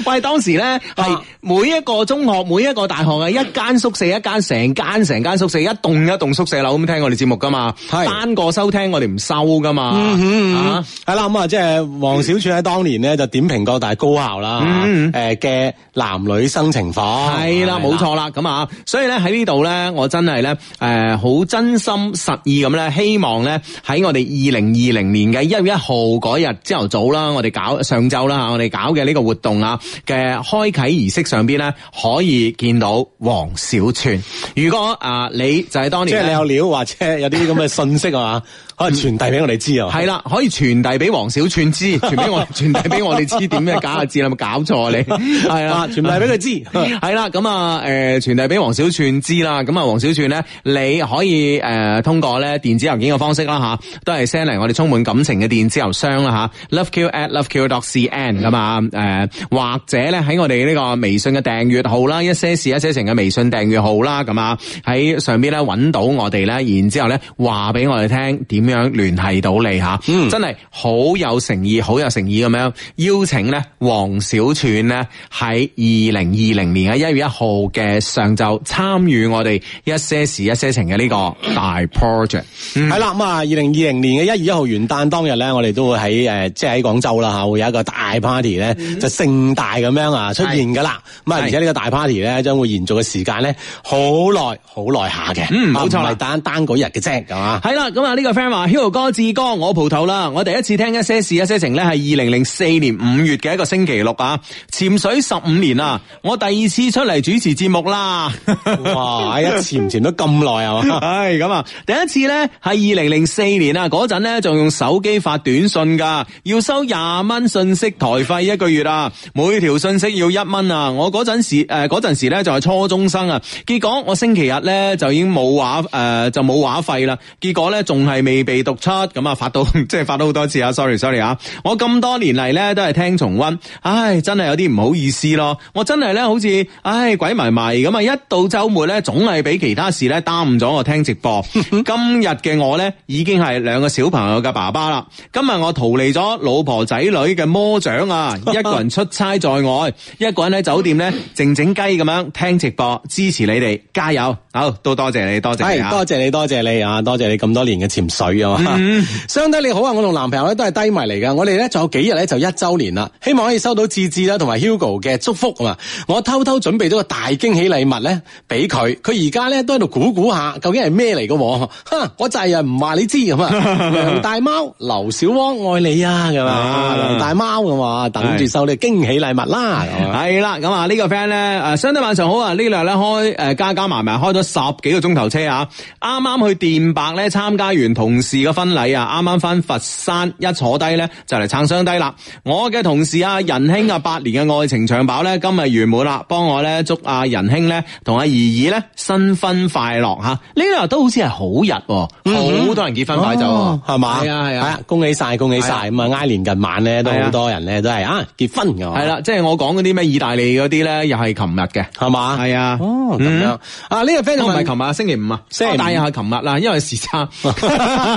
Speaker 1: 喂，當時咧係
Speaker 3: 啊
Speaker 1: 每一個中學、每一個大學嘅一間宿舍、一間成間成間宿舍、一棟一棟宿舍樓咁聽我哋節目噶嘛，
Speaker 3: 係
Speaker 1: 單個收聽我哋唔收噶嘛，
Speaker 3: 嗯
Speaker 1: 啊
Speaker 3: 係啦，咁啊，即係黃小柱喺當年咧就點評各大高校啦，
Speaker 1: 嗯嗯
Speaker 3: 誒嘅男女生情況。
Speaker 1: 系啦，冇錯啦，咁啊，所以咧喺呢度咧，我真係咧，诶、好真心實意咁咧，希望咧喺我哋二零二零年嘅一月一號嗰日朝頭早啦，我哋搞上晝啦，我哋搞嘅呢個活動啊嘅開啟儀式上邊咧，可以見到黃小串。如果啊、你就係當
Speaker 3: 即
Speaker 1: 年
Speaker 3: 係
Speaker 1: 呢
Speaker 3: 你有料或者有啲咁嘅信息啊嘛，可
Speaker 1: 嗯
Speaker 3: 能傳遞俾我哋知啊。
Speaker 1: 系啦，可以傳遞俾黃小串知，傳俾我， 傳遞俾我哋知點嘅假下字，你有冇搞錯啊 你？係啦
Speaker 3: 啊，，傳遞俾佢 知。
Speaker 1: 系啦，咁啊，诶、傳遞俾黃小串知啦。咁啊，黃小串咧，你可以诶、誒通過咧電子郵件嘅方式啦吓，都係 send 嚟我哋充滿感情嘅電子郵箱啦吓，loveq at loveq dot cn 咁啊，诶、或者咧喺我哋呢個微信嘅訂閱號啦，一些事一些情嘅微信訂閱號啦，咁啊喺上邊咧揾到我哋咧，然之後咧話俾我哋聽點樣聯繫到你吓，真係好有誠意，好有誠意咁樣邀請咧黃小串咧喺二零二零年嘅一月一號嘅上晝參與我哋一些事一些情嘅呢個大 project。
Speaker 3: 係啦，咁啊，二零二零年嘅一月一號元旦當日咧，我哋都會喺誒，即係喺廣州啦嚇，會有一個大 party 咧，就盛大咁樣啊出現噶啦。咁
Speaker 1: 嗯
Speaker 3: 啊，
Speaker 1: 係
Speaker 3: 而且呢個大 party 咧，將會延續嘅時間咧，好耐好耐下嘅。
Speaker 1: 嗯冇錯
Speaker 3: 啊
Speaker 1: 啦
Speaker 3: 唔係單單嗰日嘅啫，係嘛？
Speaker 1: 係啦，咁啊呢個 friend 話話 Hugo 哥志哥，我蒲頭啦！我第一次聽一些事一些情咧，係二零零四年五月嘅一個星期六啊，潛水十五年啦，我第二次出嚟主持節目啦。
Speaker 3: 哇！一潛潛咗咁耐啊！
Speaker 1: 唉，咁啊，第一次咧係二零零四年啊，嗰陣咧仲用手機發短信噶，要收廿蚊信息台費一個月啊，每條信息要一蚊啊。我嗰陣時誒嗰陣時咧就係初中生啊，結果我星期日咧就已經冇話誒就冇話費啦，結果咧仲係未被讀出，咁啊發到即係發到好多次啊，sorry sorry 啊，我咁多年嚟咧都係聽重溫，唉真係有啲唔好意思咯，我真係咧好似唉鬼迷迷咁啊，一到周末咧總係俾其他事咧耽誤咗我聽直 播。今日嘅我咧已經係兩個小朋友嘅爸爸啦，今日我逃離咗老婆仔女嘅魔掌啊，一個人出差在 外，一個人喺酒店咧靜靜雞咁樣聽直播，支持你哋，加油！好，都多謝你，多謝你
Speaker 3: 係，
Speaker 1: 啊
Speaker 3: 哎多謝你，多謝你啊，多謝你咁多年嘅潛水啊嘛。
Speaker 1: 嗯
Speaker 3: 相低你好啊，我同男朋友咧都係低迷嚟噶，我哋咧仲有幾日咧就一周年啦，希望可以收到志志啦同埋 Hugo 嘅祝福啊嘛。我偷偷準備咗個大驚喜禮物咧俾佢，佢而家咧都喺度估估下究竟係咩嚟嘅喎。 哼，我就係又唔話你知 咁啊。梁大貓、劉小汪愛你啊咁啊，
Speaker 1: 啊
Speaker 3: 梁大貓咁啊，等住收你驚喜禮物啦。咁啊
Speaker 1: 係啦，咁啊呢個 friend 咧，誒，相對晚上好啊，呢兩日咧開誒加加埋埋開咗十幾個鐘頭車啊，啱啱去電白咧參加完同事嘅婚禮啊，啱啱翻佛山，一坐低咧就嚟撐雙低啦。我嘅同事啊，仁兄啊，八年嘅愛情長跑咧，今日圓滿啦，幫我咧祝阿仁兄咧同阿怡怡咧新婚快樂吓，呢兩日都好似係好日喎，好多人結婚擺酒喎
Speaker 3: 哦，係嘛？
Speaker 1: 嗯係啊係啊。，
Speaker 3: 恭喜晒，恭喜晒！咁啊，挨年近晚咧，都
Speaker 1: 係啊
Speaker 3: 好多人咧，都係啊結婚噶，
Speaker 1: 係，啦，即係我講嗰啲咩意大利嗰啲咧，又係琴日嘅，
Speaker 3: 係嘛？
Speaker 1: 係啊，
Speaker 3: 哦，咁
Speaker 1: 嗯
Speaker 3: 樣 啊，呢個 friend 就
Speaker 1: 哦，唔係
Speaker 3: 問
Speaker 1: 琴日啊，星期五啊，
Speaker 3: 星期
Speaker 1: 我
Speaker 3: 五
Speaker 1: 帶下琴日啦，因為時 差。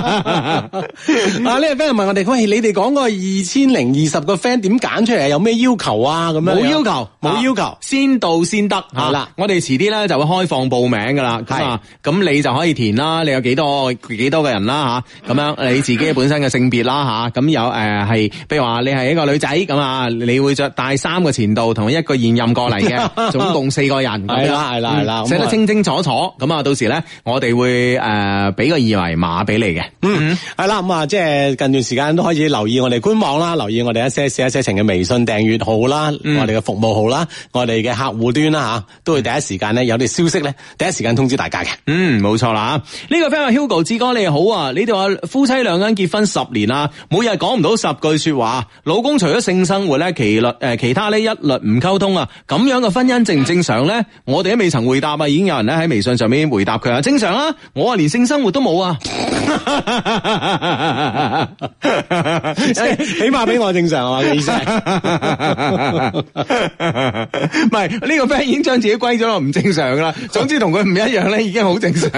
Speaker 3: 啊，呢個 friend 就問我哋，喂，你哋講個二千零二十個 friend 點揀出嚟？有咩要求啊？咁樣
Speaker 1: 冇要求，
Speaker 3: 冇要
Speaker 1: 啊
Speaker 3: 求，
Speaker 1: 先到先得吓。
Speaker 3: 係啦
Speaker 1: 我哋遲啲咧就會開放報名噶啦，咁啊，咁你就可以填啦，你有幾多幾多個人啦吓，咁樣你自己本身嘅性別 啦吓，咁有誒係，譬如話你係一個女仔咁啊，你會着帶三個前度同一個現任過嚟嘅，總共四個人。咁樣
Speaker 3: 係啦係啦係
Speaker 1: 嗯
Speaker 3: 啦咁
Speaker 1: 寫得
Speaker 3: 啊
Speaker 1: 清清楚楚，咁啊到時咧我哋會誒俾個二維碼俾你嘅。
Speaker 3: 嗯，係啦，咁啊，即係近段時間都開始留意我哋官網啦，留意我哋一些事一些情嘅微信訂閱號啦，我哋嘅服務號啦，我哋嘅客戶端啦吓，都會第一時間咧有啲消息咧，第一時間通知大家嘅。
Speaker 1: 嗯，冇錯啦。呢、個 friend 話 Hugo 志哥你好啊，你哋話夫妻兩個人結婚十年啦，每日講唔到十句说話，老公除咗性生活咧，其律誒、呃其他呢一律唔溝通啊。咁樣嘅婚姻正唔正常咧？我哋都未曾回答啊，已經有人咧喺微信上面回答佢啊，正常啊。我啊連性生活都冇啊，
Speaker 3: 起碼比我正常係嘛？嘅意思係
Speaker 1: 唔係呢個 friend 已經將自己歸咗落唔正常噶啦。總之同佢唔一樣咧，已經好正常。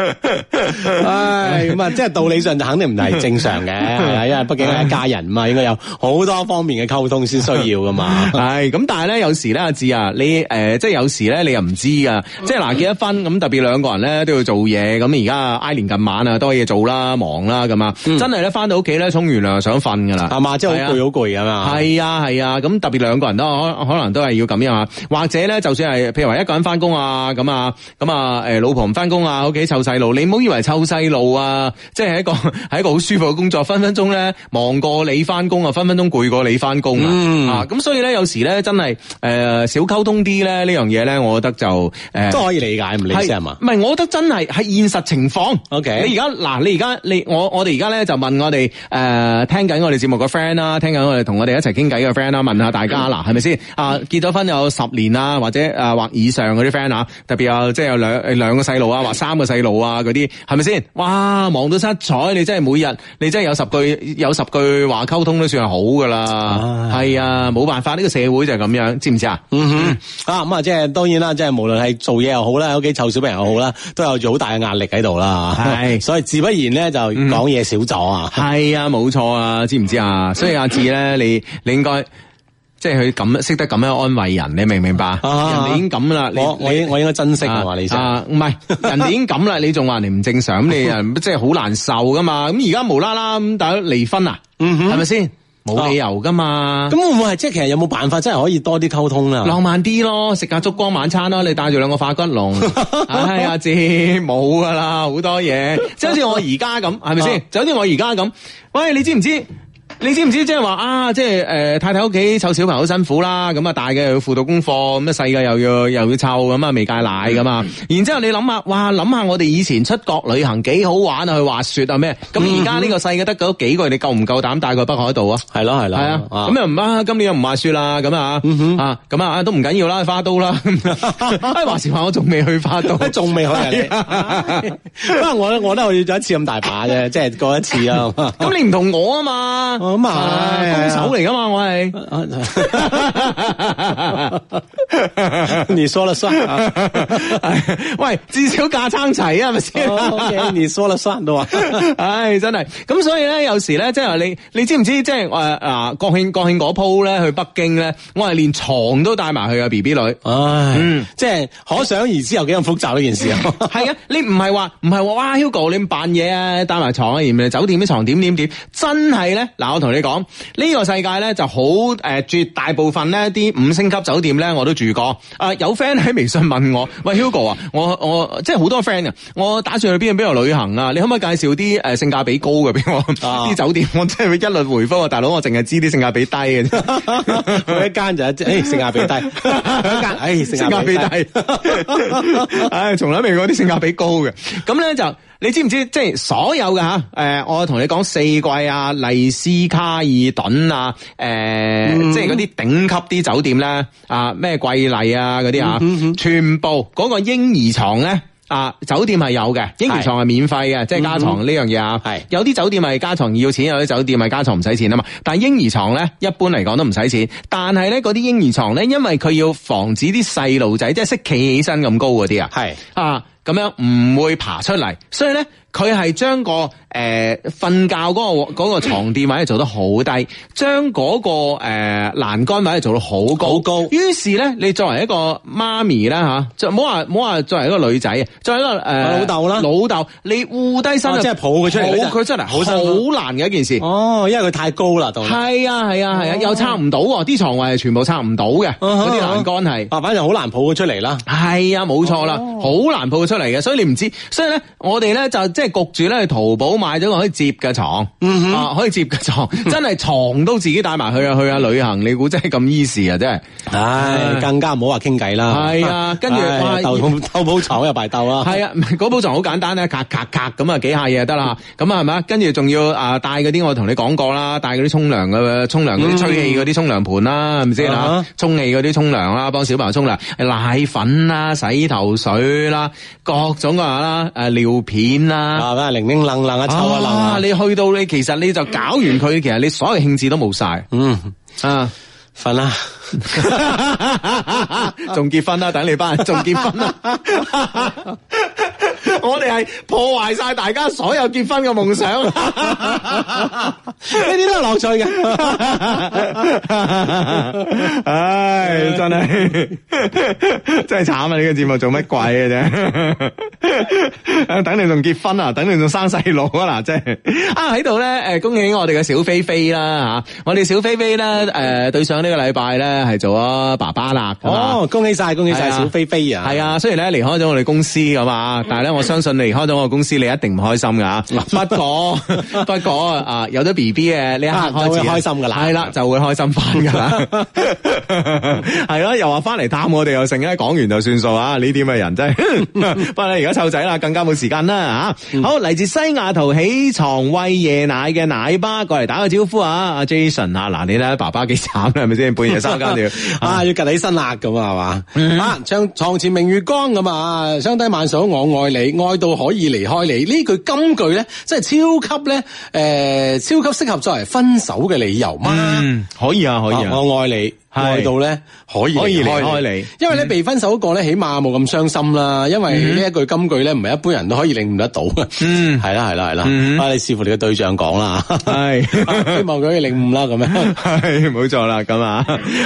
Speaker 3: 唉，咁啊，即係道理上就肯定唔係正 常嘅，係啊，因為畢竟係一家人嘛，應該有好多方面嘅溝通先需要 噶嘛。
Speaker 1: 系咁，但系咧有時咧，阿志啊，你诶、呃即係有時咧，你又唔知噶，即係嗱，結咗婚咁，特別兩個人咧都要做嘢，咁而家挨年近晚啊，多嘢做啦，忙啦，咁啊，真係咧翻到屋企咧，沖完涼就想瞓噶啦，
Speaker 3: 係嘛，即係好攰好攰咁嘛。
Speaker 1: 係啊係啊，咁、特別兩個人都可可能都係要咁樣啊，或者咧就算係譬如話一個人翻工啊，咁啊咁啊誒老婆唔翻工啊，喺屋企湊細路，你唔好以為湊細路啊，即係一個 係一個好舒服嘅工作，分分鐘咧忙過你翻工啊，分分鐘攰過你翻工啊，
Speaker 3: 嗯
Speaker 1: 啊咁所以咧有時咧真係誒、呃少溝通啲咧呢樣嘢咧，我覺得就誒。呃
Speaker 3: 都可以理解，唔理解係嘛
Speaker 1: 唔？係，我覺得真係係現實情況。
Speaker 3: OK
Speaker 1: 你而家嗱，你而家你我我哋而家咧就問我哋誒、呃、聽緊我哋節目嘅 friend 啦，聽緊我哋同我哋一齊傾偈嘅 friend 啦，問下大家嗱係咪先啊？結咗婚有十年啦，或者誒、呃或以上嗰啲 friend 啊，特別有即係有兩呃兩個細路啊，或三個細路啊嗰啲，係咪先？哇，忙到七彩！你真係每日你真係有十句有十句話溝通都算係好噶啦。係啊，冇辦法，呢、個社會就係咁樣，知唔知啊？
Speaker 3: 嗯哼，啊咁啊，即係當然啦，即係無論係做嘢又好啦，喺屋企湊小朋友又好啦，都有住好大嘅壓力喺度啦。
Speaker 1: 係 嗯
Speaker 3: 所以自不然咧就講嘢少咗啊。
Speaker 1: 系啊，冇錯啊，知唔知 啊？所以阿志咧，你你應該即係佢咁識得咁樣安慰人，你明唔明白？人哋已經咁啦，你
Speaker 3: 啊我我
Speaker 1: 你
Speaker 3: 應我應該珍惜啊嘛，李生。
Speaker 1: 啊，唔係人哋已經咁啦，你仲話你唔正
Speaker 3: 嗯
Speaker 1: 常，咁你啊即係好難受噶嘛？咁而家無啦啦咁，大家離婚啊，係咪先？冇理由噶嘛
Speaker 3: 咁。會唔會係即係其實有冇辦法真係可以多啲溝通啊啦？
Speaker 1: 浪漫啲咯，食下燭光晚餐啦，你帶住兩個化骨龍，唉阿志冇噶啦，好多嘢，即係好似我而家咁，係咪
Speaker 3: 啊
Speaker 1: 先？就好似我而家咁，喂，你知唔知？你知唔知即係話啊？即係誒、呃太太屋企湊小朋友好辛苦啦，咁啊大嘅又要輔導功課，咁啊細嘅又要 又要湊，咁啊未戒奶噶嘛。然之後你諗下，哇諗下我哋以前出國旅行幾好玩啊，去滑雪啊咩？咁而家呢個細嘅得嗰幾個月，你夠唔夠膽帶佢去北海道啊？
Speaker 3: 係咯係咯，
Speaker 1: 系啊，咁又唔啊，今年又唔滑雪啦，咁啊，
Speaker 3: 嗯
Speaker 1: 啊，咁啊，都唔緊要啦，花都 啦，哎，話時話我仲未去花都，
Speaker 3: 啊 仲未 去
Speaker 1: 哎
Speaker 3: 啊你？ 不過我我都我要咗一次咁大 把啫，即係過一次啊。
Speaker 1: 咁你唔同我啊嘛，
Speaker 3: 哦咁啊係
Speaker 1: 高手嚟噶嘛，我 係。
Speaker 3: 你說了算啊
Speaker 1: 喂，至少架撐齊啊，係咪先？
Speaker 3: 哦，OK，你 說了算都話。
Speaker 1: 唉，真係咁，所以咧，有時咧，即係你，你知唔知？即係誒嗱，國慶國慶嗰鋪咧，去北京咧，我係連床都帶埋去啊，B B 女。
Speaker 3: 唉，
Speaker 1: 嗯
Speaker 3: 即係可想而知有幾咁複雜呢件事啊。
Speaker 1: 系啊，你唔係話唔係話哇，Hugo 你咁扮嘢啊，帶埋床啊，嫌你酒店啲床點點點，真係咧嗱，我同你講，呢、個世界咧就好诶、呃絕大部分咧啲五星級酒店咧我都住過。啊、有 friend 喺微信問我， 喂 Hugo 啊，我我即係好多 friend 啊，我打算去邊度邊度旅行啊，你可唔可以介紹啲诶性價比高嘅俾我？啲、
Speaker 3: 啊
Speaker 1: 酒店我真係一律回覆啊，大佬我淨係知啲性價比低嘅啫。
Speaker 3: 佢一間就一隻，誒性價比 低，佢一間，誒性
Speaker 1: 性
Speaker 3: 價
Speaker 1: 價
Speaker 3: 比
Speaker 1: 比
Speaker 3: 低。
Speaker 1: 低，唉，從來未過啲性價比高嘅。咁咧就你知唔知？即係所有嘅吓，誒、我同你講四季啊、麗思卡爾頓啊、誒、
Speaker 3: 嗯
Speaker 1: 即係嗰啲頂級啲酒店咧，啊咩貴麗啊嗰啲啊，
Speaker 3: 嗯
Speaker 1: 全部嗰個嬰兒床咧。啊，酒店係有嘅，嬰兒床係免費嘅，即係加床呢樣嘢啊。
Speaker 3: 嗯係
Speaker 1: 有啲酒店係加床要錢，有啲酒店係加床唔使錢啊嘛。但係嬰兒床咧，一般嚟講都唔使錢。但係咧，嗰啲嬰兒床咧，因為佢要防止啲細路仔即係識企起身咁高嗰啲啊，
Speaker 3: 係
Speaker 1: 啊咁樣唔會爬出嚟，所以咧佢係將個誒呃瞓覺嗰、個嗰、個牀墊位做得好低，將嗰、個誒、呃、欄杆位做到好高，
Speaker 3: 好高
Speaker 1: 於是咧，你作為一個媽咪啦吓，就唔好話唔好話作為一個女仔啊，作為一個誒、呃
Speaker 3: 老豆啦
Speaker 1: 老豆你護低身
Speaker 3: 哦
Speaker 1: 啊
Speaker 3: 即係抱佢出嚟嗰陣
Speaker 1: 抱佢出嚟
Speaker 3: 好
Speaker 1: 好
Speaker 3: 辛苦
Speaker 1: 難嘅一件事。
Speaker 3: 哦，因為佢太高啦，到底
Speaker 1: 係啊係啊係啊，又拆唔到喎，啲床位係全部拆唔到嘅，
Speaker 3: 哈
Speaker 1: 嗰啲欄杆係。
Speaker 3: 啊，反正好難抱佢出嚟啦。
Speaker 1: 系啊，冇錯啦，好、難抱出嚟嘅，所以你唔知，所以咧，我哋咧就即係焗住咧去淘寶買咗個可以摺嘅床，啊，可以摺嘅 床，真係床都自己帶埋去啊，去啊旅行，你估真係咁 easy 啊，真係。
Speaker 3: 唉，更加唔好話傾偈啦。
Speaker 1: 係啊跟住
Speaker 3: 唉
Speaker 1: 哇
Speaker 3: 鬥抱鬥抱床又敗鬥啦。
Speaker 1: 係啊，嗰鋪床好簡單咧，咔咔咔咁啊幾下嘢就得啦，咁啊係咪？跟住仲要啊帶嗰啲我同你講過啦，帶嗰啲沖涼嘅沖涼嗰啲吹氣嗰啲沖涼盤啦，係咪先
Speaker 3: 啊
Speaker 1: 嗯啊
Speaker 3: 哈？
Speaker 1: 沖氣嗰啲沖涼啦，幫小朋友沖涼，奶粉啦、洗頭水啦、各種嘅話啦、誒尿片啦。
Speaker 3: 啊，反正零零愣愣啊，抽一愣
Speaker 1: 啊
Speaker 3: 啊！
Speaker 1: 你去到你其實你就搞完佢，其實你所有興致都冇晒
Speaker 3: 嗯，
Speaker 1: 啊！
Speaker 3: 瞓啦。
Speaker 1: 仲結婚啦，等你 班人仲結婚啦！我哋係破壞晒大家所有結婚嘅夢想，
Speaker 3: 呢啲都係樂趣嘅。
Speaker 1: 唉，真 係真係慘啊！呢、個節目做乜鬼嘅啫？ 等你仲結婚啊，等你仲生細路啊嗱，真係啊喺度咧，誒恭喜我哋嘅小飛飛啦嚇！我哋小飛飛咧誒對上呢個禮拜咧係做咗爸爸啦，咁啊
Speaker 3: 哦，恭喜晒，恭喜
Speaker 1: 係
Speaker 3: 晒，
Speaker 1: 啊
Speaker 3: 小飛飛啊！
Speaker 1: 系啊，雖然咧離開咗我哋公司咁啊，但係咧我相信你離開咗我公司，你一定唔開心噶。 不過 不過啊，有咗 B B 嘅呢一刻
Speaker 3: 啊就
Speaker 1: 開
Speaker 3: 會
Speaker 1: 始
Speaker 3: 開心㗎啦
Speaker 1: 係啦，就會開心翻噶 啦。係咯，又話翻嚟探我哋又成咧，講完就算數啊！呢啲咁嘅人真 係，不過你而家湊仔啦，更加冇時間啦
Speaker 3: 嗯
Speaker 1: 吓。好，嚟自西雅圖起床餵夜奶嘅奶爸過嚟打個招呼啊！阿 Jason 啊，嗱你睇爸爸幾慘啦，係咪先？半夜三更就 要
Speaker 3: 啊，要趌起身啦，咁啊，係
Speaker 1: 嗯
Speaker 3: 嘛？啊，唱床前明月光咁啊，相低晚上好我愛你，愛到可以離開你。呢句金句咧，真係超級咧，诶、超級適合作為分手嘅理由嘛。
Speaker 1: 嗯，可以啊，可以啊
Speaker 3: 啊。我愛你，愛到咧可以
Speaker 1: 可以
Speaker 3: 離
Speaker 1: 離開你
Speaker 3: 因為咧被分手嗰個咧，起碼冇咁傷心啦。因為呢一句金句咧，唔係一般人都可以領悟得到。嗯，係啦係啦係啦，啊你視乎你嘅對象講啦，
Speaker 1: 系。
Speaker 3: 希望佢可以領悟啦咁 樣。
Speaker 1: 系哎冇错啦，咁啊，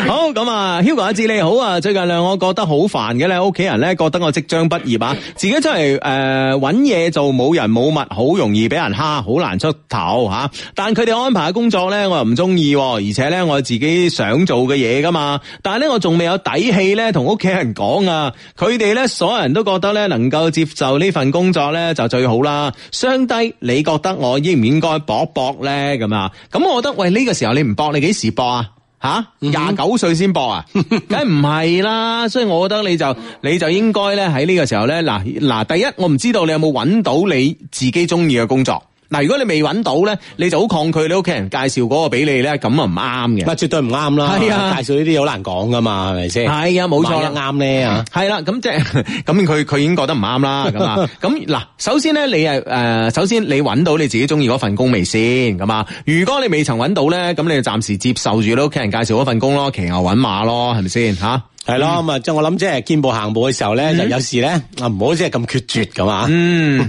Speaker 1: 好咁啊，Hugo 阿志你好啊，最近咧我覺得好煩嘅咧，屋企人咧覺得我即將畢業啊，自己出嚟诶揾嘢做，冇人冇物，好容易俾人蝦，好難出頭吓、但佢哋安排嘅工作咧，我又唔中意喎，而且咧我有自己想做嘅嘢噶嘛，但係咧我仲未有底氣咧同屋企人講啊，佢哋咧所有人都覺得咧能夠接受呢份工作咧就最好啦。相低，你覺得我應唔應該搏搏咧？咁啊，咁我覺得喂呢、個時候你唔搏，你幾時搏啊？吓，廿九歲先搏 啊，梗係唔係啦，所以我覺得你就你就應該咧喺呢個時候咧，嗱嗱，第一我唔知道你有冇揾到你自己中意嘅工作，嗱如果你未揾到咧，你就好抗拒你屋企人介紹嗰個俾你咧，咁啊唔啱嘅
Speaker 3: 嗱，。絕對唔啱啦。
Speaker 1: 係啊
Speaker 3: 介紹呢啲嘢好難講噶嘛，係咪先？
Speaker 1: 係啊冇錯啦
Speaker 3: 萬一啱咧啊！
Speaker 1: 系啦，咁即係咁佢佢已經覺得唔啱啦，咁 啊，咁嗱，首先咧你係诶、呃首先你揾到你自己中意嗰份工未先，咁啊，如果你未曾揾到咧，咁你就暫時接受住你屋企人介紹嗰份工咯，騎牛揾馬咯，係咪先吓？
Speaker 3: 係咯，
Speaker 1: 嗯
Speaker 3: 咁啊，即係我諗，即係見步行步嘅時候咧，就有時咧啊，唔好即係咁決絕咁啊。
Speaker 1: 嗯，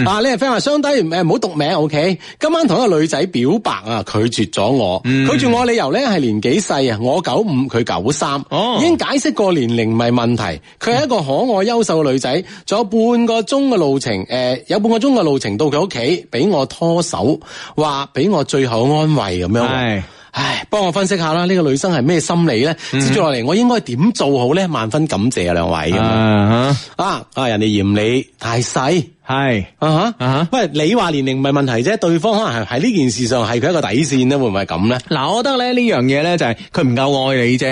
Speaker 3: 啊，呢個 friend 話相低誒唔好讀名，OK？今晚同一個女仔表白啊，拒絕咗我。
Speaker 1: 嗯
Speaker 3: 拒絕我理由咧係年紀細啊，我九五，佢九三
Speaker 1: 哦，
Speaker 3: 已經解釋過年齡唔係問題。佢係一個可愛優秀嘅女仔，仲有半個鐘嘅路程，誒有半個鐘嘅路程到佢屋企，俾我拖手，話俾我最後安慰咁樣喎。
Speaker 1: 係
Speaker 3: 唉，幫我分析下啦，呢、個女生係咩心理咧？接住落嚟，我應該點做好咧？萬分感謝啊，兩位咁樣
Speaker 1: 啊
Speaker 3: 啊啊！人哋嫌你太細
Speaker 1: 哈，係
Speaker 3: 啊哈
Speaker 1: 啊哈
Speaker 3: 喂，你話年齡唔係問題啫，對方可能係喺呢件事上係佢一個底線咧，會唔會係咁咧？
Speaker 1: 嗱，我覺得咧呢樣嘢咧就係佢唔夠愛你啫，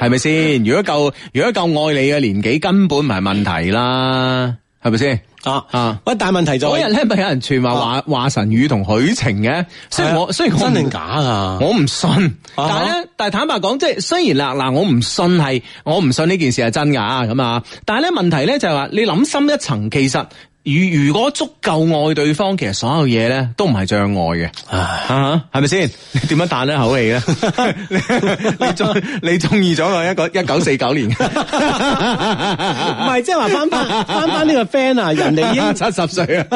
Speaker 1: 係咪先？如果夠如果夠愛你嘅年紀根本唔係問題啦，係咪先？
Speaker 3: 啊
Speaker 1: 啊！
Speaker 3: 喂，但係問題就
Speaker 1: 嗰日
Speaker 3: 係
Speaker 1: 咧咪有人傳話話華晨宇同許晴嘅，雖然我雖然我唔
Speaker 3: 啊真定假啊？
Speaker 1: 我唔信，但
Speaker 3: 啊
Speaker 1: 係咧，但係坦白講，即係雖然啦，嗱，我唔信係，我唔信呢件事係真㗎咁啊，但係咧問題咧就係話，你諗深一層，其實如如果足夠愛對方，其實所有嘢咧都唔係障礙嘅。
Speaker 3: 唉
Speaker 1: 啊，系咪先？ 你點樣彈呢 口氣咧？你中你中意咗我一個一九四九年，
Speaker 3: 唔係，即係話翻翻翻翻呢個 friend 啊，人哋已經
Speaker 1: 七十 歲啊！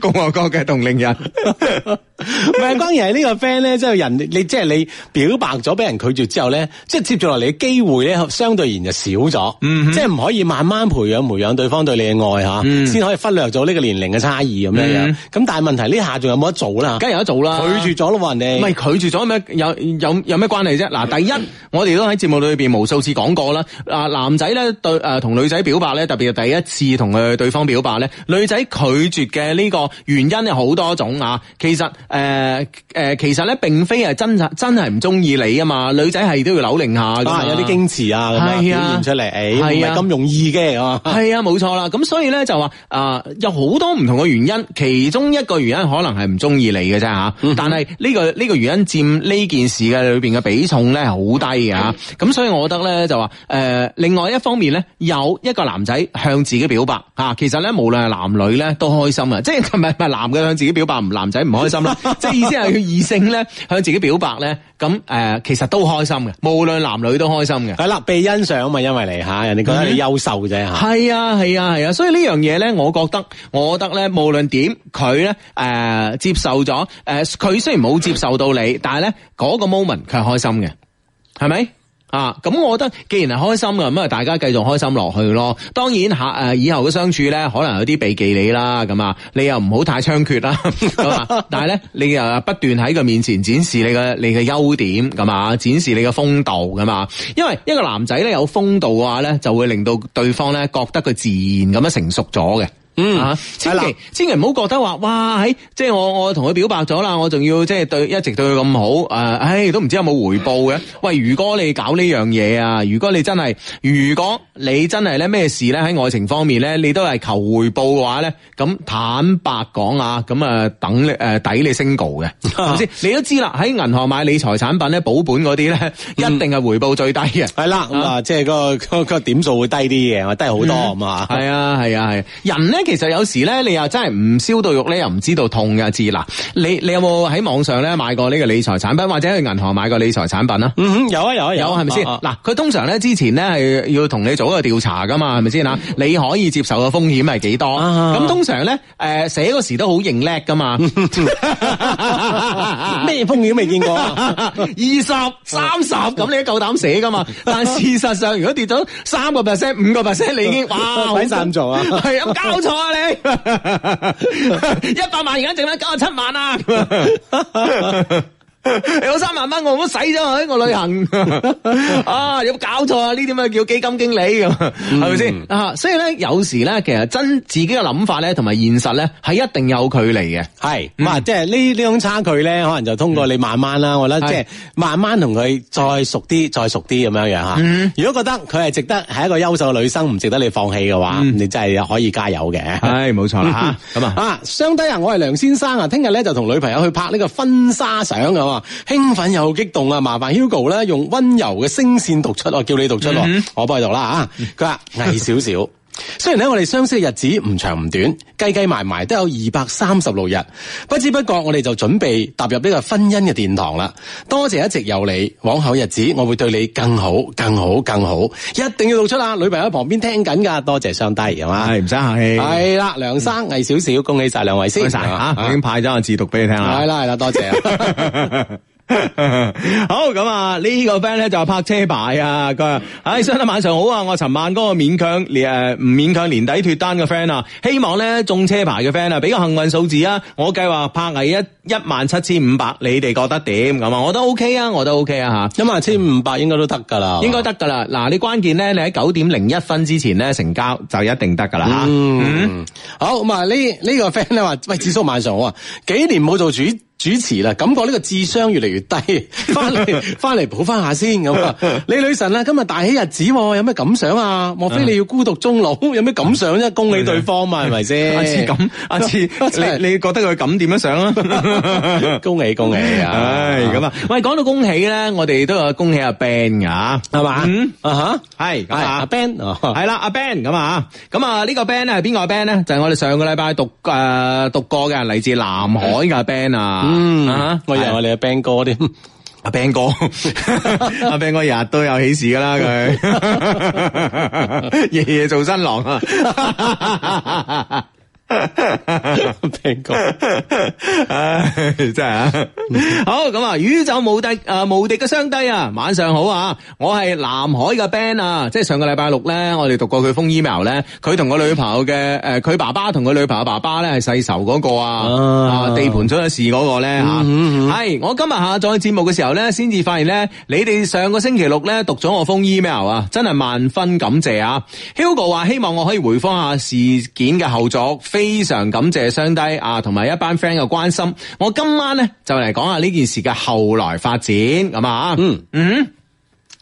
Speaker 1: 共和國嘅同齡 人，
Speaker 3: 唔係，關鍵係呢個 friend 咧，即係人哋你即係你表白咗俾人拒絕之後咧，即係接住落嚟嘅機會咧，相對而言就少咗，
Speaker 1: 嗯
Speaker 3: 即係唔可以慢慢培養培養對方對你嘅愛
Speaker 1: 嗯
Speaker 3: 嚇，先、可以忽略咗呢個年齡嘅差異咁樣樣。咁、但係問題呢下仲有冇得做啦？
Speaker 1: 梗係有得做啦。
Speaker 3: 拒絕咗咯喎，人哋
Speaker 1: 唔係拒絕咗有咩有有有咩關係啫？
Speaker 3: 嗯
Speaker 1: 嗱，第一，我哋都喺節目裏邊無數次講過啦。啊，男仔咧對誒同、女仔表白咧，特別係第一次同佢對方表白咧，女仔拒絕嘅呢個原因有好多種啊。其實誒誒、呃呃其實咧並非係真真係唔中意你啊嘛，女仔係都要扭擰下㗎嘛
Speaker 3: 啊，有啲矜持啊，咁啊
Speaker 1: 係啊
Speaker 3: 表現出嚟，誒唔
Speaker 1: 係
Speaker 3: 係
Speaker 1: 啊
Speaker 3: 咁容易嘅啊。
Speaker 1: 系啊，冇錯啦。咁所以咧就話啊、有好多唔同嘅原因，其中一個原因可能係唔中意你嘅啫吓。但係呢、個呢、個原因佔呢件事嘅裏边嘅比重咧係好低嘅吓。咁所以我覺得咧就話诶、呃另外一方面咧，有一個男仔向自己表白啊，其實咧無論係男女咧都開心啊，即係唔係唔係男嘅向自己表白，唔男仔唔開心啦。即係意思係佢異性咧向自己表白咧，咁诶、呃其實都開心嘅，無論男女都開心嘅。
Speaker 3: 係啦，被欣賞嘛，因為你嚇，人哋覺得你優秀啫嚇。
Speaker 1: 系啊，系啊，系啊，所以呢樣嘢咧，我覺得，我覺得咧，無論點，佢咧诶接受咗，诶、佢雖然冇接受到你，但係咧嗰個 moment 佢係開心嘅，係咪？啊，咁我覺得既然係開心嘅，咁啊大家繼續開心落去咯。當然下诶以後嘅相處咧，可能有啲避忌你啦，咁啊，你又唔好太猖獗啦， 咁啊，但係咧你又不斷喺佢面前展示你嘅你嘅優點，咁啊，展示你嘅風度，咁啊，因為一個男仔咧有風度嘅話咧，就會令到對方咧覺得佢自然咁樣成熟咗嘅。 嗯，啊、千
Speaker 3: 係
Speaker 1: 祈
Speaker 3: 啦
Speaker 1: 千祈唔好覺得話，哇，喺即係我我同佢表白咗啦，我仲要即係對一直對佢咁好，誒、唉，都唔知有冇回報嘅。喂，如果你搞呢樣嘢啊，如果你真係，如果你真係咧咩事咧喺愛情方面咧，你都係求回報嘅話咧，咁坦白講啊，咁啊等你誒、呃抵你 single 嘅，係咪先？你都知啦，喺銀行買理財產品咧，保本嗰啲咧，一
Speaker 3: 嗯
Speaker 1: 定係回報最低嘅。
Speaker 3: 係
Speaker 1: 嗯
Speaker 3: 啦，咁啊，即係嗰個嗰個點數會低啲嘅，低好多咁啊。
Speaker 1: 系啊，系啊，系、人咧其實有時咧，你又真係唔燒到肉咧，又唔知道痛嘅知嗱。你你有冇喺網上咧買過呢個理財產品，或者去銀行買過理財產品啊？
Speaker 3: 嗯哼，有啊有啊
Speaker 1: 有係咪先？
Speaker 3: 啊啊
Speaker 1: 嗱，佢通常咧之前咧係要同你做一個調查噶嘛，係咪先啊？你可以接受嘅風險係幾多？
Speaker 3: 啊啊
Speaker 1: 咁通常咧，誒寫嗰時都好認叻噶 嘛，
Speaker 3: 咩風險都未見過啊？
Speaker 1: 二十、三十咁你都夠膽寫噶 嘛？但事實上，如果跌咗三個 percent、五個 percent，你已 經哇，好
Speaker 3: 鬼散做啊
Speaker 1: 係啊，交錯啊你， 一百萬而家剩翻九十七萬啊！咁啊 有三萬蚊我都使咗去我旅 行啊！有冇搞錯啊？呢啲咪叫基金經理咁，係咪先啊？所以咧，有時咧，其實真自己嘅諗法咧，同埋現實咧，係一定有距離嘅。
Speaker 3: 係咁啊，即係呢呢種差距咧，可能就通過你慢慢啦，我覺得
Speaker 1: 係
Speaker 3: 嗯即係慢慢同佢再熟啲，再熟啲咁樣樣吓。如果覺得佢係值得係一個優秀嘅女生，唔值得你放棄嘅話，你真係可以加油嘅。
Speaker 1: 唉，冇錯 啦吓，咁啊。
Speaker 3: 啊，相低啊！我係梁先生啊，聽日咧就同女朋友去拍呢個婚紗相咁啊，興奮又激動啊！麻煩 Hugo 咧用温柔嘅聲線讀出，我啊叫你讀出
Speaker 1: 嗯
Speaker 3: 喎，我幫佢讀啦啊！佢話矮少少。雖然咧，我哋相識嘅日子唔長唔短，計計埋埋都有二百三十六日，不知不覺我哋就準備踏入呢個婚姻嘅殿堂啦。多謝一直有你，往後日子我會對你更好、更好、更好，一定要讀出啊啦！女朋友喺旁邊聽緊噶，多謝相低，係嘛？
Speaker 1: 系唔使客氣，
Speaker 3: 系啦，梁生魏少少，嗯恭喜晒兩位先，啊
Speaker 1: 多謝晒吓，啊我已經派咗個字讀俾你聽啦。
Speaker 3: 係啦係啦，多謝啊
Speaker 1: 好咁啊！呢、個 friend 咧就話泊車牌啊，佢話：，唉，相得晚上好啊！我尋晚嗰個勉強誒唔勉強年底脱單嘅 friend 啊，希望咧中車牌嘅 friend 啊，俾個幸運數字啊！我計劃泊係一一萬七千五百，你哋覺得點咁啊？我覺得 OK 啊，我覺得 OK 啊吓。
Speaker 3: 一萬千五百應該都得㗎啦，
Speaker 1: 應該得噶啦，嗱你關鍵咧，你喺九點零一分之前咧成交就一定得噶啦吓。
Speaker 3: 嗯，好咁啊！呢呢個 friend 咧話：，喂，智叔晚上好啊，幾年冇做主主持啦，感覺呢個智商越嚟越低， 翻嚟翻嚟補翻下先咁啊！ 你女神啊，今日大喜日子喎，有咩感想啊？莫非你要孤獨終老？ 有咩感想啫？恭喜對方嘛，係咪 先？
Speaker 1: 阿志咁，阿志
Speaker 3: 真係
Speaker 1: 你你覺得佢咁點樣想 啊？
Speaker 3: 恭喜恭喜啊！
Speaker 1: 唉，咁啊，喂，講到恭喜咧，我哋都有恭喜阿 Ben 噶，
Speaker 3: 係嘛？
Speaker 1: 嗯，
Speaker 3: 啊
Speaker 1: 係咁
Speaker 3: 吓，係阿
Speaker 1: 啊。
Speaker 3: Ben 啊
Speaker 1: 系啦，阿 Ben 咁啊，咁啊呢個 Ben 咧係邊個 Ben 咧？就係我哋上個禮拜讀诶读过嘅，嚟自南海嘅 Ben 啊。
Speaker 3: 嗯
Speaker 1: 啊，
Speaker 3: 我以為我哋嘅 Ben 哥添，
Speaker 1: 阿 Ben 哥，阿 Ben 哥日日都有喜事噶啦， 佢夜夜做新郎啊。
Speaker 3: Ben 哥
Speaker 1: 唉，真系啊！好咁啊，宇宙無敵啊，無敵嘅雙低啊，晚上好啊！我係南海嘅 Ben 啊，即係上個禮拜六咧，我哋讀過佢封 email 咧，佢同個女朋友嘅诶，呃佢、爸爸同佢女朋友爸爸咧係世仇嗰個啊，
Speaker 3: 啊
Speaker 1: 啊地盤出咗事嗰個咧吓，係、
Speaker 3: 嗯
Speaker 1: 我今日下載節目嘅時候咧，先至發現咧，你哋上個星期六咧讀咗我封 email 啊，真係萬分感謝啊！Hugo 話希望我可以回覆下事件嘅後續，非常感謝雙低啊，同埋一班 friend 嘅關心。我今晚咧就嚟講下呢件事嘅後來發展咁啊，嗯嗯。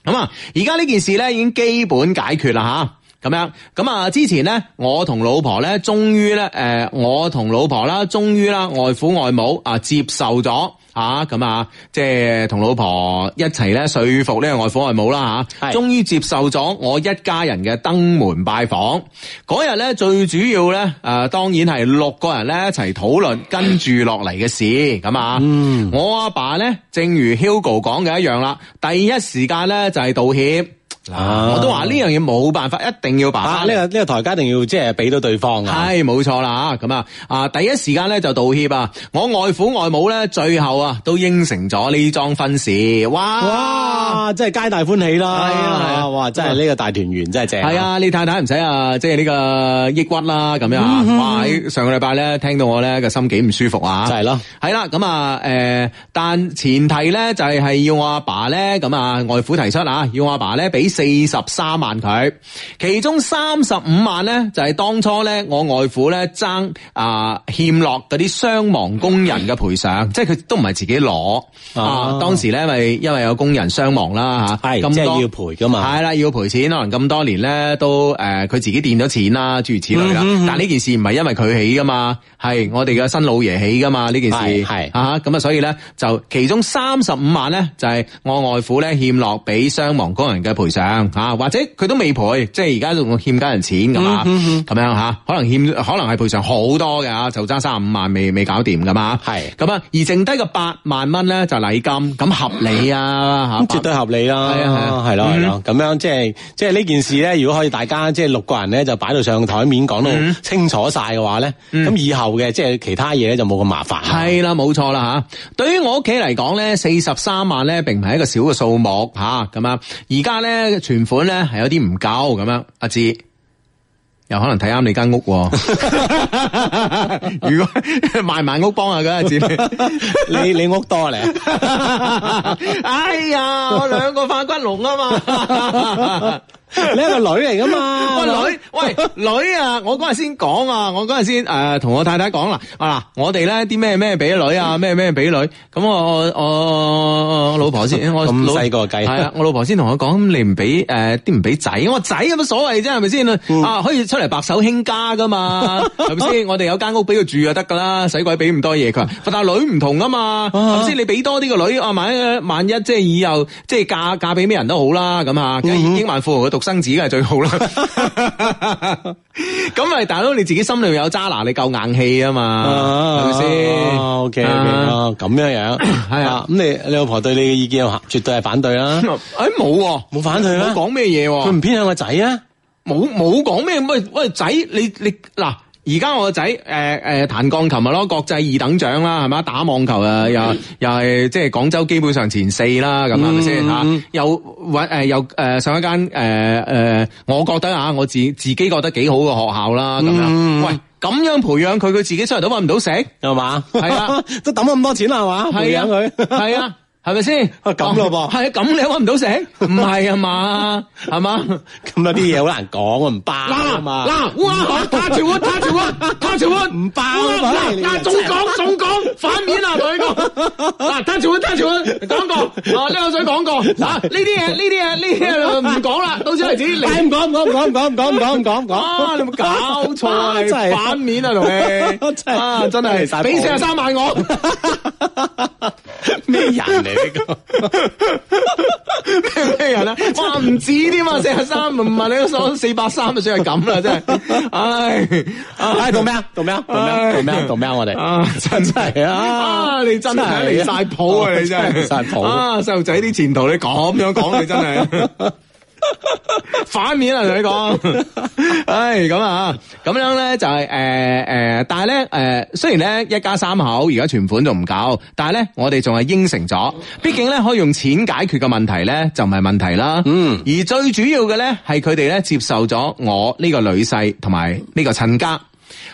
Speaker 1: 咁啊，而家呢件事咧已經基本解決啦吓，咁樣咁啊，之前咧我同老婆咧，終於咧，誒、呃我同老婆啦，終於啦，外父外母啊接受咗。啊，咁啊，即係同老婆一齊咧，說服呢個外父外母啦吓，
Speaker 3: 係
Speaker 1: 終於接受咗我一家人嘅登門拜訪。嗰日咧最主要咧，誒、當然係六個人咧一齊討論跟住落嚟嘅事咁啊。
Speaker 3: 嗯
Speaker 1: 我阿爸咧，正如 Hugo 講嘅一樣啦，第一時間咧就係、道歉。
Speaker 3: 啊
Speaker 1: 我都話呢樣嘢冇辦法，一定要爸
Speaker 3: 啊
Speaker 1: 爸
Speaker 3: 呢個呢個台階一定要即係俾到對方啊！
Speaker 1: 系冇錯啦咁啊啊！第一時間咧就道歉啊！我外父外母咧最後啊都應承咗呢桩婚事，哇！
Speaker 3: 哇！真係皆大歡喜啦，
Speaker 1: 係啊係啊
Speaker 3: 哇！真係呢個大團圓真係正，
Speaker 1: 系，啊，你太太唔使啊，即係呢個抑鬱啦咁樣
Speaker 3: 嗯
Speaker 1: 啊！哇！喺上個禮拜咧聽到我咧個心幾唔舒服啊！
Speaker 3: 就係咯，
Speaker 1: 係啦，咁啊，诶、但前提咧就係係要我阿爸咧，咁啊外父提出啊，要我阿爸咧俾四十三萬佢，其中三十五萬咧就係當初咧我外父咧爭啊欠落嗰啲傷亡工人嘅賠償，
Speaker 3: 嗯
Speaker 1: 即係佢都唔係自己攞啊
Speaker 3: 啊
Speaker 1: 當時咧，因為因為有工人傷亡啦吓，
Speaker 3: 係
Speaker 1: 咁
Speaker 3: 即係
Speaker 1: 多
Speaker 3: 要賠噶嘛，
Speaker 1: 系啦，要賠錢，可能咁多年咧都诶，呃佢、自己墊咗錢啦，諸如此類啦。但呢件事唔係因為佢起噶嘛，係我哋嘅新老爺起噶嘛呢件事
Speaker 3: 係係
Speaker 1: 啊，咁啊，所以咧就其中三十五萬咧就係我外父咧欠落俾傷亡工人嘅賠償，上吓，或者佢都未賠，即係而家仲欠緊人錢咁啊，咁樣吓，可能欠可能係賠償好多嘅吓，就爭三十五萬未未搞掂噶嘛，
Speaker 3: 係
Speaker 1: 咁啊，而剩低嘅八萬蚊咧就禮金，咁合理啊吓，
Speaker 3: 咁絕對合理啦，
Speaker 1: 係啊係啊
Speaker 3: 係咯係
Speaker 1: 嗯
Speaker 3: 咯，咁樣即係即係呢件事咧，如果可以大家即係六個人咧就擺到上台面講
Speaker 1: 嗯
Speaker 3: 到清楚晒嘅話咧，咁以後嘅即係其他嘢咧就冇咁麻煩。
Speaker 1: 系啦，冇錯啦吓。對於我屋企嚟講咧，四十三萬咧並唔係一個小嘅數目吓，咁啊，而家咧存款咧係有啲唔夠咁樣。阿志有可能睇啱你間屋喎，如果賣埋屋幫下佢阿志。
Speaker 3: 你你屋 多咧，
Speaker 1: 哎呀，我兩個化骨龍啊嘛！
Speaker 3: 你係個女嚟噶嘛？
Speaker 1: 喂女，喂 女啊！我嗰日先講啊，我嗰日先诶同我太太講啦，啊嗱，我哋咧啲咩咩俾女啊，咩咩俾女，咁我我我我老婆先，我
Speaker 3: 咁
Speaker 1: 老
Speaker 3: 細個計
Speaker 1: 係啊，我老婆先同我講，咁你唔俾诶啲唔俾仔，我話仔有乜所謂啫，係咪先啊？可以出嚟白手興家噶嘛，係咪先？我哋有間屋俾佢住就啊得噶啦，使鬼俾咁多嘢佢話。但係女唔同啊嘛，係咪先？你俾多啲個女啊，萬一萬一即係以後即係嫁嫁俾咩人都好啦，咁啊，梗係億萬富豪嘅獨生子梗係最好啦。 咁咪大佬你自己心裏面有渣拿，你夠硬氣啊嘛，係咪先
Speaker 3: ？O K
Speaker 1: 啊
Speaker 3: O 哦 K，咁樣樣係
Speaker 1: 係啊
Speaker 3: 啊。咁你你老婆對你嘅意見有絕對係反對啦，
Speaker 1: 哎冇啊喎，
Speaker 3: 冇反對咩
Speaker 1: 冇講咩嘢喎
Speaker 3: 佢唔偏向個仔啊。
Speaker 1: 冇冇講咩？喂喂仔，你你嗱。而家我個仔誒誒彈鋼琴咪咯，國際二等獎啦，係咪？打網球啊，又
Speaker 3: 嗯
Speaker 1: 又係即係廣州基本上前四啦，咁係咪先嚇？
Speaker 3: 嗯
Speaker 1: 又揾誒又誒上一間誒誒，我覺得啊，我自自己覺得幾好嘅學校啦，
Speaker 3: 嗯
Speaker 1: 咁樣。喂，咁樣培養佢，佢自己出嚟都揾唔到食，
Speaker 3: 係嘛？
Speaker 1: 係啊，
Speaker 3: 都抌咗咁多錢啦，係嘛？培
Speaker 1: 係
Speaker 3: 養
Speaker 1: 啊
Speaker 3: 佢，
Speaker 1: 係啊。係咪先？
Speaker 3: 啊咁咯噃
Speaker 1: 係啊，咁你揾唔到食？唔係啊嘛，係嘛？
Speaker 3: 咁有啲嘢好難講，唔包啊嘛。
Speaker 1: 嗱，哇，打住 碗，打住碗，打住碗，
Speaker 3: 唔爆啊嘛
Speaker 1: 嗱
Speaker 3: 你
Speaker 1: 嗱，
Speaker 3: 真係
Speaker 1: 仲講仲講，反面 啊，同你講，嗱，打住碗，打住碗，講過，啊，呢口水講過，嗱，呢啲嘢，呢啲嘢，呢啲嘢唔講 啦，到時你自己嚟。
Speaker 3: 唉唔講唔講唔講唔講唔講唔講唔講 唔
Speaker 1: 啊！
Speaker 3: 講。
Speaker 1: 你有冇搞錯 啊？你
Speaker 3: 真係
Speaker 1: 反面啊，同你
Speaker 3: 真係
Speaker 1: 啊，真
Speaker 3: 真係散
Speaker 1: 係
Speaker 3: 步
Speaker 1: 俾四十三萬 我，
Speaker 3: 咩人 嚟呢個？
Speaker 1: 咩人啊？哇，唔止添啊，四十三唔係你所四百三就算係咁啦，真係，唉，
Speaker 3: 唉，做咩啊？做咩啊？做咩啊？做咩啊？做咩啊？我哋
Speaker 1: 哎啊，真
Speaker 3: 係啊
Speaker 1: 啊！你真係離晒譜啊！你真係
Speaker 3: 真係離晒譜
Speaker 1: 啊！細路仔啲前途你咁樣講，你真係反面啊！同你講，唉咁啊，咁樣咧就係誒誒，但係咧誒，雖然咧一家三口而家存款仲唔夠，但係咧我哋仲係應承咗，畢竟咧可以用錢解決嘅問題咧就唔係問題啦。嗯，而最主要嘅咧係佢哋咧接受咗我呢個女婿同埋呢個親家。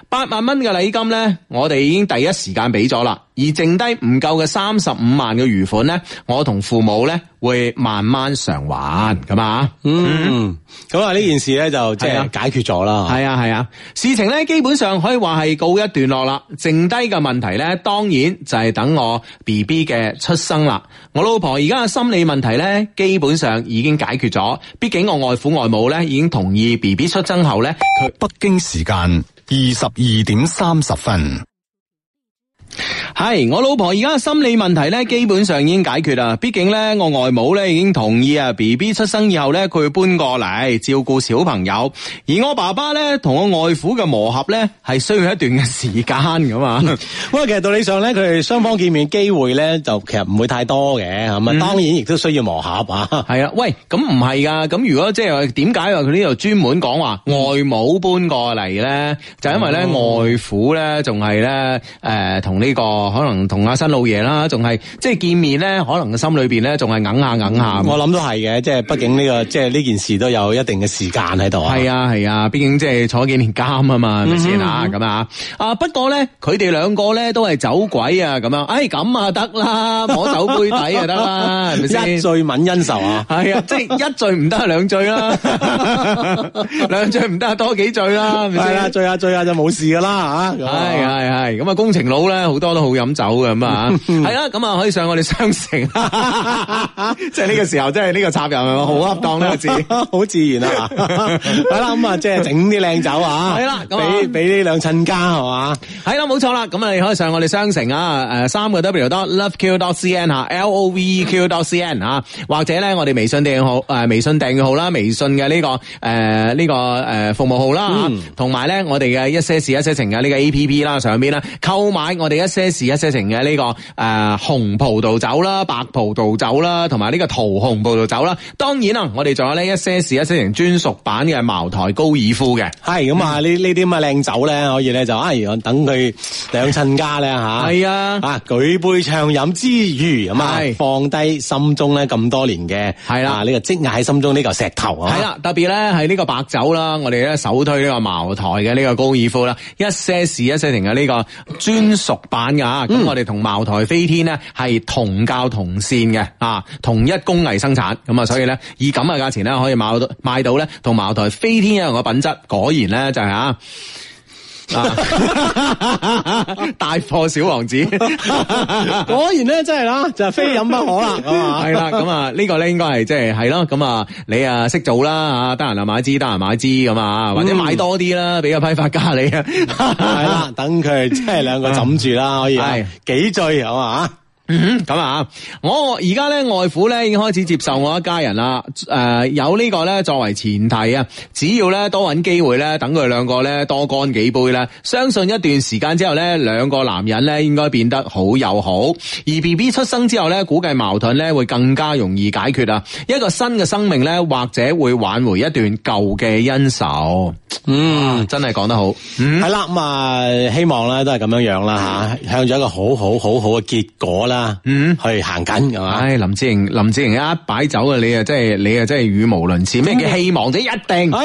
Speaker 1: 八萬蚊嘅禮金咧，我哋已經第一時間俾咗啦，而剩低唔夠嘅三十五萬嘅餘款咧，我同父母咧會慢慢償還咁啊。
Speaker 3: 嗯，咁啊呢件事咧就即
Speaker 1: 係啊
Speaker 3: 係解決咗啦。
Speaker 1: 系啊系啊，事情咧基本上可以話係告一段落啦，剩低嘅問題咧，當然就係等我 B B 嘅出生啦。我老婆而家嘅心理問題咧，基本上已經解決咗，畢竟我外父外母咧已經同意 B B 出生後咧，佢
Speaker 4: 北京時間二十二點三十分，
Speaker 1: 系我老婆而家嘅心理問題咧，基本上已經解決啦。畢竟咧，我外母咧已經同意啊，B B 出生以後咧，佢會搬過嚟照顧小朋友，而我爸爸咧同我外父嘅磨合咧係需要一段嘅時間咁啊。
Speaker 3: 不過其實道理上咧，佢哋雙方見面機會咧就其實唔會太多嘅，咁
Speaker 1: 嗯
Speaker 3: 啊當然亦都需要磨合啊。
Speaker 1: 系啊，喂，咁唔係噶，咁如果即係話點解話佢呢度專門講話外母搬過嚟咧，就因為咧、外父咧仲係咧诶同呢個可能同阿新老爺啦，仲係即係見面咧，可能個心裏边咧仲係硬下硬下。
Speaker 3: 我諗都係嘅，即係畢竟呢個即係呢件事都有一定嘅時間喺度啊。
Speaker 1: 係啊係啊，畢竟即係坐幾年監啊嘛，係咪先啊咁啊？啊不過咧，佢哋兩個咧都係走鬼啊咁樣，哎咁啊得啦，摸手杯底就得啦，係咪先？
Speaker 3: 一醉泯恩仇啊！
Speaker 1: 系啊，即系一醉唔得兩醉啦， 兩醉唔得多幾醉啦，係咪
Speaker 3: 係啦，
Speaker 1: 先？啊
Speaker 3: 醉下醉下就冇事噶啦吓。啊
Speaker 1: 係係係，咁啊工程佬咧好多都好好飲酒嘅咁 啊，係啦，咁啊可以上我哋商城， 即係呢個時候，即係呢個插入係咪好恰當呢個字。
Speaker 3: 好自然啊！係啦，咁啊，即係整啲靚酒啊，
Speaker 1: 係啦咁啊
Speaker 3: 俾俾呢兩親家係嘛，
Speaker 1: 係啦，冇錯啦，咁啊你可以上我哋商城啊，誒三個 W 多 loveq dot cn 吓，L O V E Q dot cn 吓，或者咧我哋微信訂閱號誒呃微信訂閱號啦，微信嘅呢、個誒呢、個誒、呃服務號啦，啊同埋咧我哋嘅一些事一些情嘅呢個 A P P 啦上邊啦，購買我哋一些事一些情嘅呢、個誒、呃、紅葡萄酒啦、白葡萄酒啦，同埋呢個桃紅葡萄酒啦，當然啊啦，我哋仲有呢一些事一些情專屬版嘅茅台高爾夫嘅。
Speaker 3: 係咁啊，呢呢啲咁嘅靚酒咧，可以咧就啊，哎我等佢兩親家咧吓，
Speaker 1: 係啊
Speaker 3: 啊舉杯暢飲之餘咁啊
Speaker 1: 係，
Speaker 3: 放低心中咧咁多年嘅
Speaker 1: 係啦
Speaker 3: 啊呢個積壓喺心中呢嚿石頭啊，
Speaker 1: 系啦，特別咧係呢個白酒啦，我哋咧首推呢個茅台嘅呢個高爾夫啦，一些事一些情嘅呢個專屬版噶，咁、我哋同茅台飛天呢係同教同線嘅啊，同一工藝生產，咁啊，所以咧以咁嘅價錢咧可以買到買到咧同茅台飛天一樣嘅品質，果然咧就係、啊。啊 大貨小王子，
Speaker 3: 果然咧真係啦，就係非飲不可 啦，咁啊
Speaker 1: 系啦，咁啊呢個咧應該係即係係咯，咁啊你啊識做啦，啊得閒啊買支，得閒買支咁啊，或者買多啲啦，俾個批發價你啊，
Speaker 3: 系啦，等佢即係兩個枕住啦，可以啊
Speaker 1: 係
Speaker 3: 幾醉係嘛？
Speaker 1: 嗯咁啊，我而家咧外父咧已經開始接受我一家人啦，诶、有呢個咧作為前提啊，只要咧多揾機會咧，等佢兩個咧多乾幾杯咧，相信一段時間之後咧，兩個男人咧應該變得好友好，而 B B 出生之後咧，估計矛盾咧會更加容易解決啊，一個新嘅生命咧或者會挽回一段舊嘅恩仇，嗯，真係講得好，嗯。
Speaker 3: 係啦，咁啊，希望咧都係咁樣樣啦吓，向咗一個好好好好嘅結果啦，
Speaker 1: 嗯
Speaker 3: 去行緊係嘛？
Speaker 1: 唉，林志颖，林志颖一擺酒啊，你啊真係你啊真係啊語無倫次，咩叫希望啫？一定
Speaker 3: 哎，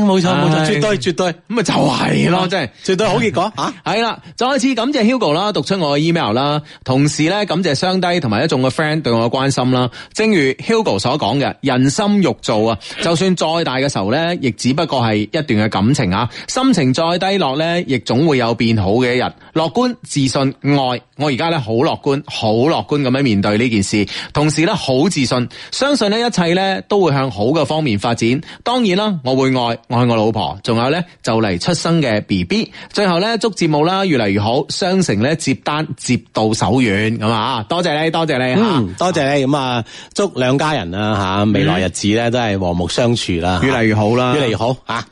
Speaker 3: 冇錯冇錯，
Speaker 1: 唉
Speaker 3: 絕對絕對，
Speaker 1: 咁啊就係咯，真係。
Speaker 3: 絕嗯對好結果啊吓。
Speaker 1: 系啦，再次感謝 Hugo 啦，讀出我嘅 email 啦，同時咧感謝雙低同埋一眾嘅 friend 對我嘅關心啦。正如 Hugo 所講嘅，人心欲造啊，就算再大嘅仇咧，亦只不過係一段嘅感情啊。心情再低落咧，亦總會有變好嘅一日。樂觀、自信、愛，我而家咧好樂觀，好樂觀咁樣面對呢件事，同時咧好自信，相信呢一切咧都會向好嘅方面發展。當然啦，我會愛，我愛我老婆，仲有咧就嚟出生嘅 B B。最後咧祝節目啦越嚟越好，商城咧接單接到手軟咁啊！多謝你，多謝你吓。
Speaker 3: 嗯，多謝你咁啊，祝兩家人啊吓，未來日子咧都係和睦相處啦，
Speaker 1: 越嚟越好啦
Speaker 3: 越嚟越好吓。啊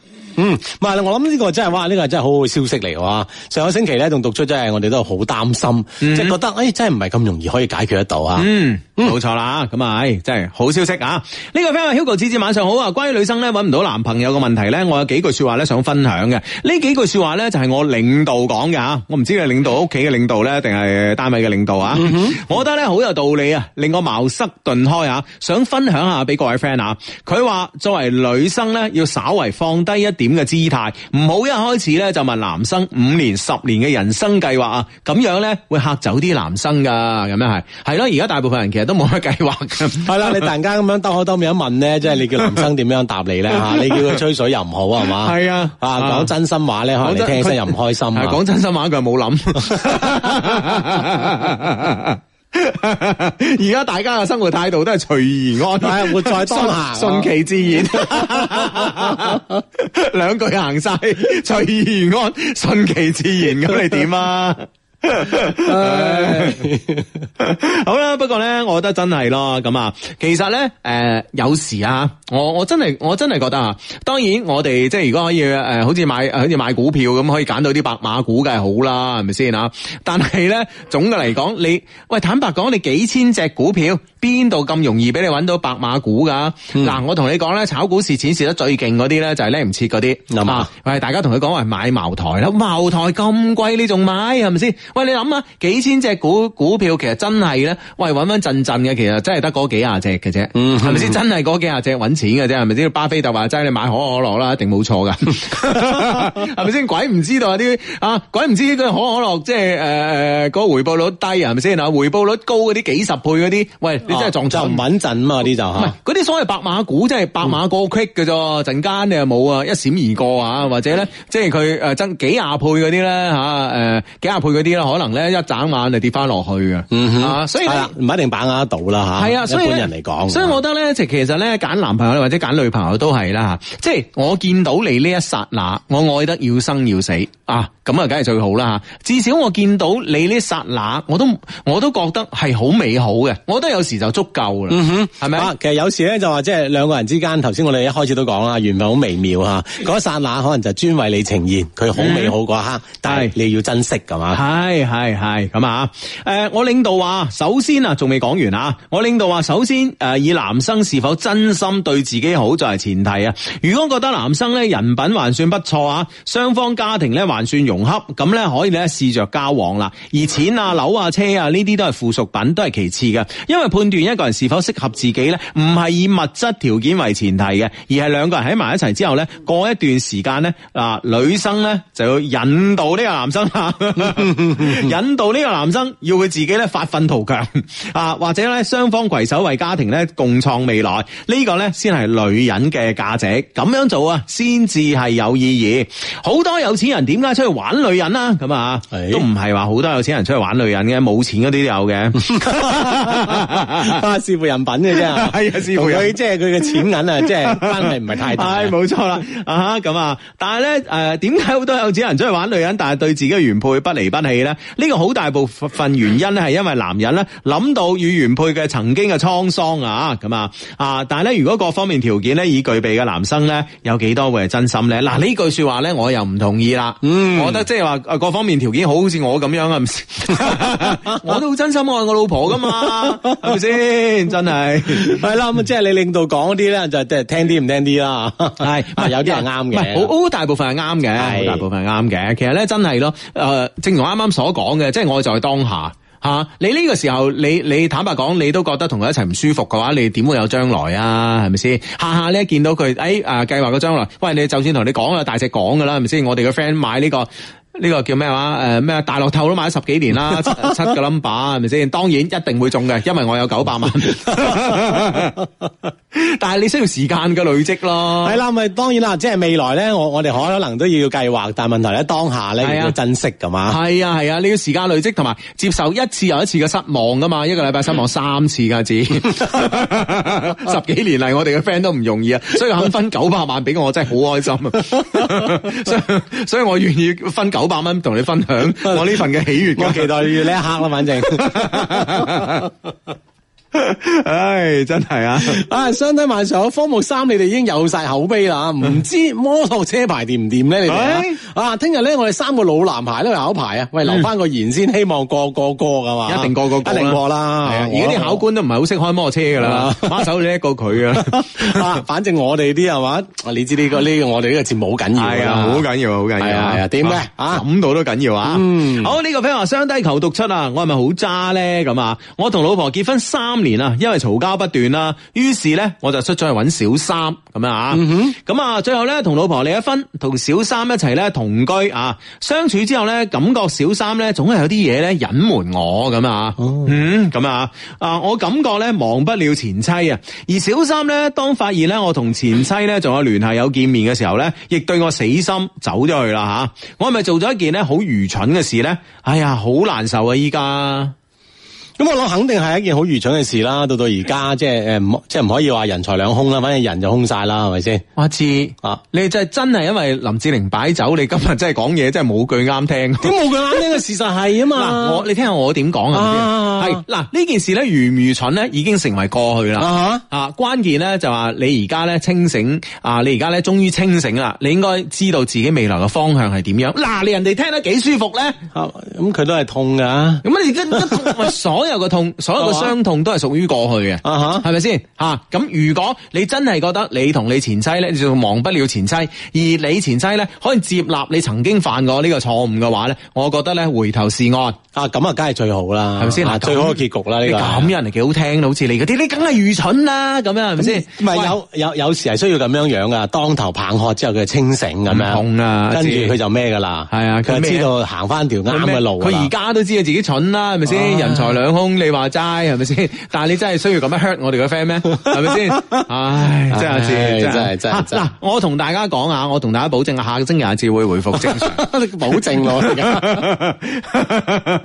Speaker 3: 嗯，唔係，我諗呢個真係哇，呢、個真係好好消息嚟喎。上個星期咧，仲讀出真係我哋都好擔心，即係覺得誒、哎真係唔係咁容易可以解決得到啊。
Speaker 1: 嗯，冇錯啦，咁啊，唉真係好消息啊！呢、個 friend 話 Hugo 子子晚上好啊，關於女生咧揾唔到男朋友嘅問題咧，我有幾句说話咧想分享嘅。呢幾句说話咧就係我領導講嘅啊，我唔知佢領導屋企嘅領導咧，定係單位嘅領導啊。我覺得咧好有道理啊，令我茅塞頓開啊，想分享下俾各位 friend 啊。佢話作為女生咧，要稍為放低一點嘅姿態，唔好一開始咧就問男生五年、十年嘅人生計劃啊，咁樣咧會嚇走啲男生噶，咁樣係係咯。而家大部分人其實都冇乜計劃嘅。
Speaker 3: 係啦，你突然間咁樣兜口兜面一問咧，即係你叫男生點樣答你 咧嚇？你叫佢吹水又唔好啊，係嘛？
Speaker 1: 係啊
Speaker 3: 啊
Speaker 1: 啊
Speaker 3: 講真心話咧，可能你
Speaker 1: 講真
Speaker 3: 聽起身又唔開心
Speaker 1: 係
Speaker 3: 啊
Speaker 1: 講。真心話，佢係冇諗。而家大家嘅生活態度都係隨遇而安，
Speaker 3: 係活在當下
Speaker 1: 順順其自然， 兩句行晒，隨遇而安，順其自然，咁你點啊？ 好啦，不過咧，我覺得真係咯，咁啊，其實咧，誒、有時啊，我我真係我真係覺得啊，當然我哋即係如果可以誒、呃好似買呃好似買股票咁，可以揀到啲白馬股，梗係好啦，係咪先啊？但係咧，總嘅嚟講，你喂坦白講，你幾千隻股票，邊度咁容易俾你揾到白馬股㗎？嗱、
Speaker 3: 嗯
Speaker 1: 我同你講咧，炒股蝕錢蝕得最勁嗰啲咧，就係叻唔切嗰
Speaker 3: 啱
Speaker 1: 啲
Speaker 3: 啊
Speaker 1: 啊。喂，大家同佢講話買茅台啦，茅台咁貴你仲買係咪先？喂，你諗下幾千隻股股票其實真係咧，喂穩穩陣陣嘅，其實真係得嗰幾廿隻嘅啫，係咪先？真係嗰幾廿隻揾錢嘅啫，係咪先？巴菲特話齋，你買可口可樂啦，一定冇錯噶，係咪先？鬼唔知道啊啲啊，鬼唔知嗰個可口可樂即係誒誒嗰個回報率低係咪先啊？回報率高嗰啲幾十倍嗰啲，喂你真係撞
Speaker 3: 就
Speaker 1: 親
Speaker 3: 唔穩陣啊嘛，嗰啲就
Speaker 1: 唔係
Speaker 3: 嚇。
Speaker 1: 嗰啲所謂白馬股，真係白馬過隙嘅啫，陣間你又冇啊，一 呃閃而過啊，或者咧，即係佢誒增幾廿倍嗰啲咧嚇，誒、幾廿倍嗰啲咧，可能咧一眨眼就跌翻落去嘅。
Speaker 3: 嗯哼
Speaker 1: 啊，所以呢
Speaker 3: 係啦唔一定把握得到啦吓，
Speaker 1: 系啊，所以
Speaker 3: 一
Speaker 1: 呢
Speaker 3: 般人嚟講，啊
Speaker 1: 所以我覺得咧，其其實咧揀男朋友或者揀女朋友都係啦吓，即係我見到你呢一剎那，我愛得要生要死啊，咁啊，梗係最好啦吓。至少我見到你呢一剎那，我都我都覺得係好美好嘅，我覺得有時就足夠啦，
Speaker 3: 嗯
Speaker 1: 係咪、
Speaker 3: 啊？其實有時咧就話即係兩個人之間，頭先我哋一開始都講啦，緣分好微妙吓，嗰一剎那可能就專為你呈現，佢好美好嗰一
Speaker 1: 嗯
Speaker 3: 刻，但係你要珍惜㗎嘛。
Speaker 1: 系系系咁啊！诶、我領導話，首先啊，仲未講完啊，我領導話，首先诶、誒以男生是否真心對自己好作為前提啊。如果覺得男生咧人品還算不錯啊，雙方家庭咧還算融洽，咁咧可以咧試着交往啦。而錢啊、樓啊、車啊呢啲都係附屬品，都係其次嘅。因為判斷一個人是否適合自己咧，唔係以物質條件為前提嘅，而係兩個人喺埋一齊之後咧，過一段時間咧，啊女生咧就要引導呢個男生啊，引導呢個男生要佢自己咧發奮圖強啊，或者咧雙方攜手為家庭咧共創未來，呢、個咧先係女人嘅價值，咁樣做啊先至係有意義。好多有錢人點解出去玩女人啊？咁啊，
Speaker 3: 係
Speaker 1: 都唔係話好多有錢人出去玩女人嘅，冇錢嗰啲都有嘅。
Speaker 3: 啊，視乎人品嘅 啫，
Speaker 1: 係啊視乎
Speaker 3: 同
Speaker 1: 人
Speaker 3: 佢即係佢嘅錢銀啊，即係關係唔係太大
Speaker 1: 唉，。冇錯啦，啊咁啊，但係咧，诶，点解好多有錢人出去玩女人，但係對自己嘅原配不離不棄咧？呢、個好大部分原因咧，係因為男人咧諗到與原配嘅曾經嘅滄桑啊，咁啊啊，但係咧，如果各方面條件咧已具備嘅男生咧，有幾多會係真心咧？嗱、呢句说話咧，我又唔同意啦。嗯，我覺得即係話啊各方面條件好，好似我咁樣啊唔 是，我都好真心愛我老婆噶嘛，係咪先？真係。
Speaker 3: 係啦，咁即係你令到講嗰啲咧，就即係聽啲唔聽啲啦。
Speaker 1: 係
Speaker 3: 啊有啲係啱
Speaker 1: 唔係
Speaker 3: 嘅。
Speaker 1: 好好大部分係啱嘅，
Speaker 3: 係
Speaker 1: 好大部分係啱嘅。其實咧真係咯，诶、正如我啱啱所講嘅，即係我在當下。吓、你呢個時候，你你坦白講，你都覺得同佢一齊唔舒服嘅話，你點會有將來啊？係咪先？下下咧見到佢，诶、啊計劃個將來，喂，你就算同你講啦，大隻講噶啦，係咪先？我哋嘅 friend 買呢、個。呢個叫咩話？诶咩啊大樂透都買咗十幾年啦，七 七個 number 係咪先？當然一定會中嘅，因為我有九百萬。 但係你需要時間嘅累積咯。
Speaker 3: 係啦，咪啊當然啦，即係未來咧，我我哋可能都要計劃，但係問題咧當下咧
Speaker 1: 係啊
Speaker 3: 要珍惜㗎嘛。
Speaker 1: 系啊系啊，你要時間累積同埋接受一次又一次嘅失望噶啊嘛，一個禮拜失望三次噶 至，十幾年嚟我哋嘅 friend 都唔容易啊，所以肯分九百萬俾我，我真係好開 心啊！所以所以我願意分九百蚊同你分享我呢份嘅喜悦
Speaker 3: 我期待呢一刻啦，反 正
Speaker 1: 唉，真係啊！
Speaker 3: 啊，相睇晚上好科目三，你哋已經有晒口碑啦，
Speaker 1: 嗯
Speaker 3: 唔知摩托車牌掂唔掂咧？你哋啊
Speaker 1: 唉
Speaker 3: 啊，聽日咧我哋三個老男孩都有考牌啊，喂，留翻個言先，希望個個過噶嘛，
Speaker 1: 嗯一定個個過
Speaker 3: 一定過
Speaker 1: 係
Speaker 3: 啦，
Speaker 1: 啊，而
Speaker 3: 我
Speaker 1: 家啲考。官都唔係好識開摩托車噶啦，把手叻過佢啊！
Speaker 3: 啊，反正我哋啲係嘛，啊你知呢個呢個我哋呢個節目好緊要
Speaker 1: 係
Speaker 3: 㗎
Speaker 1: 啊，
Speaker 3: 啦
Speaker 1: 好緊要，好緊要。
Speaker 3: 係啊係啊點嘅啊
Speaker 1: 諗到都緊要啊。
Speaker 3: 嗯
Speaker 1: 好呢個 friend 話雙低求讀出啊，我係咪好渣咧？咁啊，我同老婆結婚三年啊，因為嘈交不斷啦，於是咧我就出咗去揾小三咁樣啊。
Speaker 3: 嗯
Speaker 1: 咁啊，最後咧同老婆離咗婚，同小三一齊咧同居啊，相處之後咧，感覺小三咧總係有啲嘢咧隱瞞我咁啊。嗯，咁啊，啊，我感覺咧忘不了前妻啊，而小三咧當發現咧我同前妻咧仲有聯繫有見面嘅時候咧，亦對我死心走咗去啦吓，我係咪做咗一件咧好愚蠢嘅事咧？哎呀，好難受啊！依家
Speaker 3: 咁我諗肯定係一件好愚蠢嘅事啦，到到而
Speaker 1: 嗯
Speaker 3: 家即係誒呃唔即係唔可以話人財兩空啦，反正人就空晒啦，係咪先？
Speaker 1: 我知
Speaker 3: 啊
Speaker 1: 你真係真係因為林志玲擺酒，你今日真係講嘢真係冇句啱聽。
Speaker 3: 咁冇佢啱呢個事實係 啊
Speaker 1: 嗱，我你聽下我點講啊？
Speaker 3: 啊
Speaker 1: 係嗱，呢件事咧愚唔愚蠢咧，已經成為過去啦。
Speaker 3: 啊
Speaker 1: 啊，關鍵咧就話你而家咧清醒啊，你而家咧終於清醒啦，你應該知道自己未來嘅方向係點樣。嗱、你人哋聽得幾舒服咧？
Speaker 3: 吓，啊咁佢都係痛噶，啊
Speaker 1: 咁 你跟跟痛，喂所有嘅痛，所有嘅傷痛都係屬於過去嘅。
Speaker 3: 啊哈，
Speaker 1: 係咪先吓？咁、如果你真係覺得你同你前妻咧，你仲忘不了前妻，而你前妻咧可以接納你曾經犯過呢個錯誤嘅話咧，我覺得咧回頭是岸。
Speaker 3: 啊咁啊，梗係最好啦，
Speaker 1: 係咪先？嗱，
Speaker 3: 啊最好嘅結局啦，呢
Speaker 1: 你
Speaker 3: 個
Speaker 1: 咁樣人哋幾好聽，好似你嗰啲，你梗係愚蠢啦，咁樣係咪先？
Speaker 3: 唔係啊有有有時係需要咁樣樣噶，當頭棒喝之後佢就清醒咁樣，
Speaker 1: 唔痛啊
Speaker 3: 跟住
Speaker 1: 知
Speaker 3: 佢就咩噶啦，
Speaker 1: 係啊佢
Speaker 3: 佢就
Speaker 1: 咩
Speaker 3: 知道行翻條啱嘅路㗎啊
Speaker 1: 佢
Speaker 3: 啦
Speaker 1: 而家都知道自己蠢啦，係咪先？人財兩空，你話齋係咪 先？但係你真係需要咁樣 hurt 我哋嘅 friend 咩？係咪先？唉，真係阿志，
Speaker 3: 唉真係真係
Speaker 1: 啊
Speaker 3: 真係
Speaker 1: 嗱，我同大家講啊，我同大家保證啊，下個星期阿志會回復正 常。
Speaker 3: 保證 咯，而家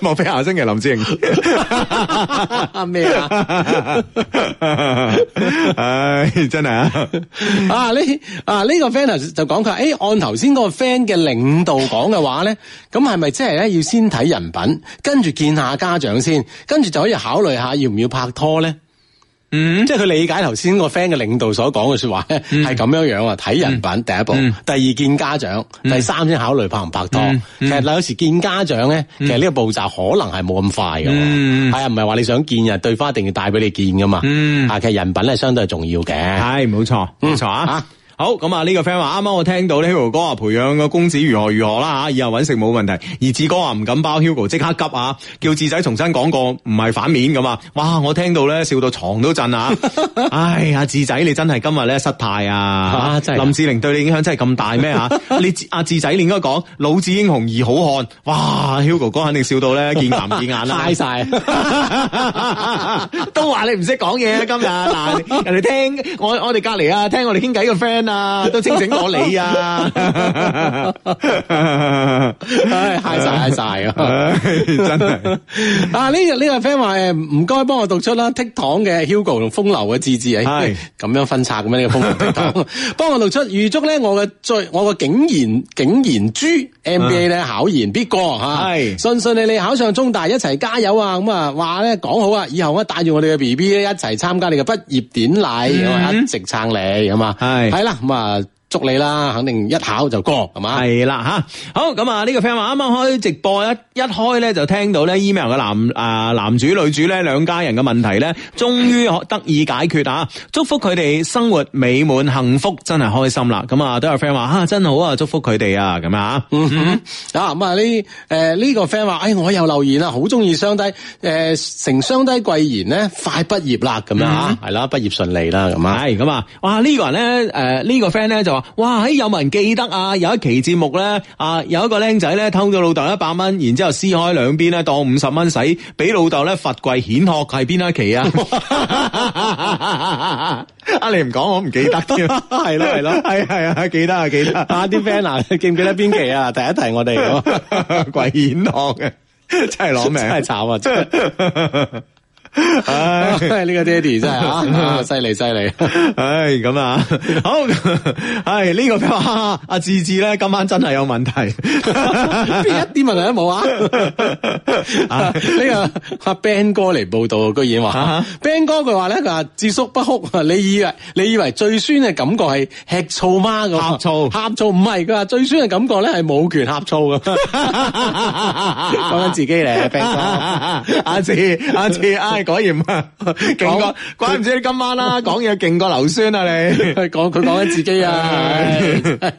Speaker 1: 莫非下星期林志穎？
Speaker 3: 咩 啊？
Speaker 1: 唉，真係啊！
Speaker 3: 啊呢啊呢、個 friend 頭就講佢，诶、按頭先嗰個 friend 嘅領導講嘅話咧，咁係咪即係咧要先睇人品，跟住見下家長先，跟住就可以考慮下要唔要拍拖咧？嗯，即係佢理解頭先個 friend 嘅領導所講嘅说話咧，係咁樣樣啊，睇人品第一步，第二見家長，第三先考慮拍唔拍拖。其實有時見家長咧，其實呢個步驟可能係冇咁快嘅喎，係啊，唔係話你想見人，對方一定要帶俾你見噶嘛。
Speaker 1: 嗯
Speaker 3: 啊，其實人品係相對重要嘅。
Speaker 1: 系冇错，冇错啊
Speaker 3: 啊。
Speaker 1: 好咁啊！呢個 friend 話啱啱我聽到呢 Hugo 哥話培養個公子如何如何啦啊嚇，以後揾食冇問題。而志哥話唔敢包 Hugo，即刻急啊！叫志仔重新講過，唔係反面咁啊！哇！我聽到咧笑到床都震 啊！唉呀，志仔你真係今日咧失態啊！
Speaker 3: 啊真係啊
Speaker 1: 林志玲對你影響真係咁大咩 嚇？你志阿志仔你應該講老子英雄二好漢。哇！Hugo 哥肯定笑到咧見牙唔見眼啦，啊
Speaker 3: 嗨晒。
Speaker 1: 都話你唔識講嘢啊！今日嗱，人哋聽我我哋隔離啊，聽我哋傾偈嘅 friend 啊，都清醒過你啊！
Speaker 3: 唉，嗨晒嗨晒啊！
Speaker 1: 唉真係
Speaker 3: 啊呢個呢個 friend 話誒唔該幫我讀出啦，剔糖嘅 Hugo 同風流嘅志志啊
Speaker 1: 係，
Speaker 3: 咁樣分拆咁樣呢個風流 剔糖，幫我讀出預祝咧我嘅最我嘅景賢景賢珠 MBA 咧考研必過嚇，
Speaker 1: 嗯係
Speaker 3: 順順利利考上中大，一齊加油啊！咁啊話咧講好啊，以後我帶住我哋嘅 B B 咧一齊參加你嘅畢業典禮，咁啊一直撐你咁啊，
Speaker 1: 嗯係
Speaker 3: 係啦咁啊祝你啦，肯定一考就過係嘛，
Speaker 1: 係啦吓，好咁啊！呢個 friend 話啱啱開直播一一開咧就聽到咧 email 嘅男啊男主女主咧兩家人嘅問題咧，終於可得以解決啊！祝福佢哋生活美滿幸福，真係開心啦！咁啊都有 friend 話啊真好啊，祝福佢哋啊咁啊！
Speaker 3: 嗯哼，啊咁啊呢诶呢個 friend 話，哎我又留言啦，好中意雙低诶，成雙低貴言咧，快畢業啦咁樣啊，係啦，畢業順利啦咁啊，
Speaker 1: 系咁啊！哇，呢、個人咧，诶、呢、個 friend 咧就話：，哇，喺有冇人記得啊？有一期節目咧，啊，有一個僆仔咧偷咗老豆一百蚊，然之后撕開兩邊咧當五十蚊使，俾老豆咧罰跪顯學係邊一期啊？啊，你唔講我唔記得 添，係
Speaker 3: 咯係咯
Speaker 1: 係係啊，記得啊，記得 啊，
Speaker 3: 啊啲 friend 啊，記唔記得邊期啊？ 第一題我哋咁 啊
Speaker 1: 跪顯學嘅，真係攞
Speaker 3: 真係
Speaker 1: 命，
Speaker 3: 慘啊！真係
Speaker 1: 唉。
Speaker 3: 唉 呢個爹哋真係啊啊，犀利犀 利，
Speaker 1: 唉，咁啊，好，唉，呢、個个 friend 話 阿志志咧，今晚真係有問 題。
Speaker 3: 邊一啲問題都冇啊！啊呢個阿 Ben 哥嚟報道，居然
Speaker 1: 啊
Speaker 3: 話 Ben 哥佢話咧，佢話智叔不哭， 你以為你以為最酸嘅感覺係吃醋嗎？咁
Speaker 1: 呷醋
Speaker 3: 呷醋唔係，佢話最酸嘅感覺咧係冇權呷醋咁。講緊自己 嚟，Ben 哥。
Speaker 1: 阿志，阿志，唉，果然 啊，勁過，怪唔知你今晚啦、講嘢勁過硫酸啊你。
Speaker 3: 佢講佢講緊自己啊， 唉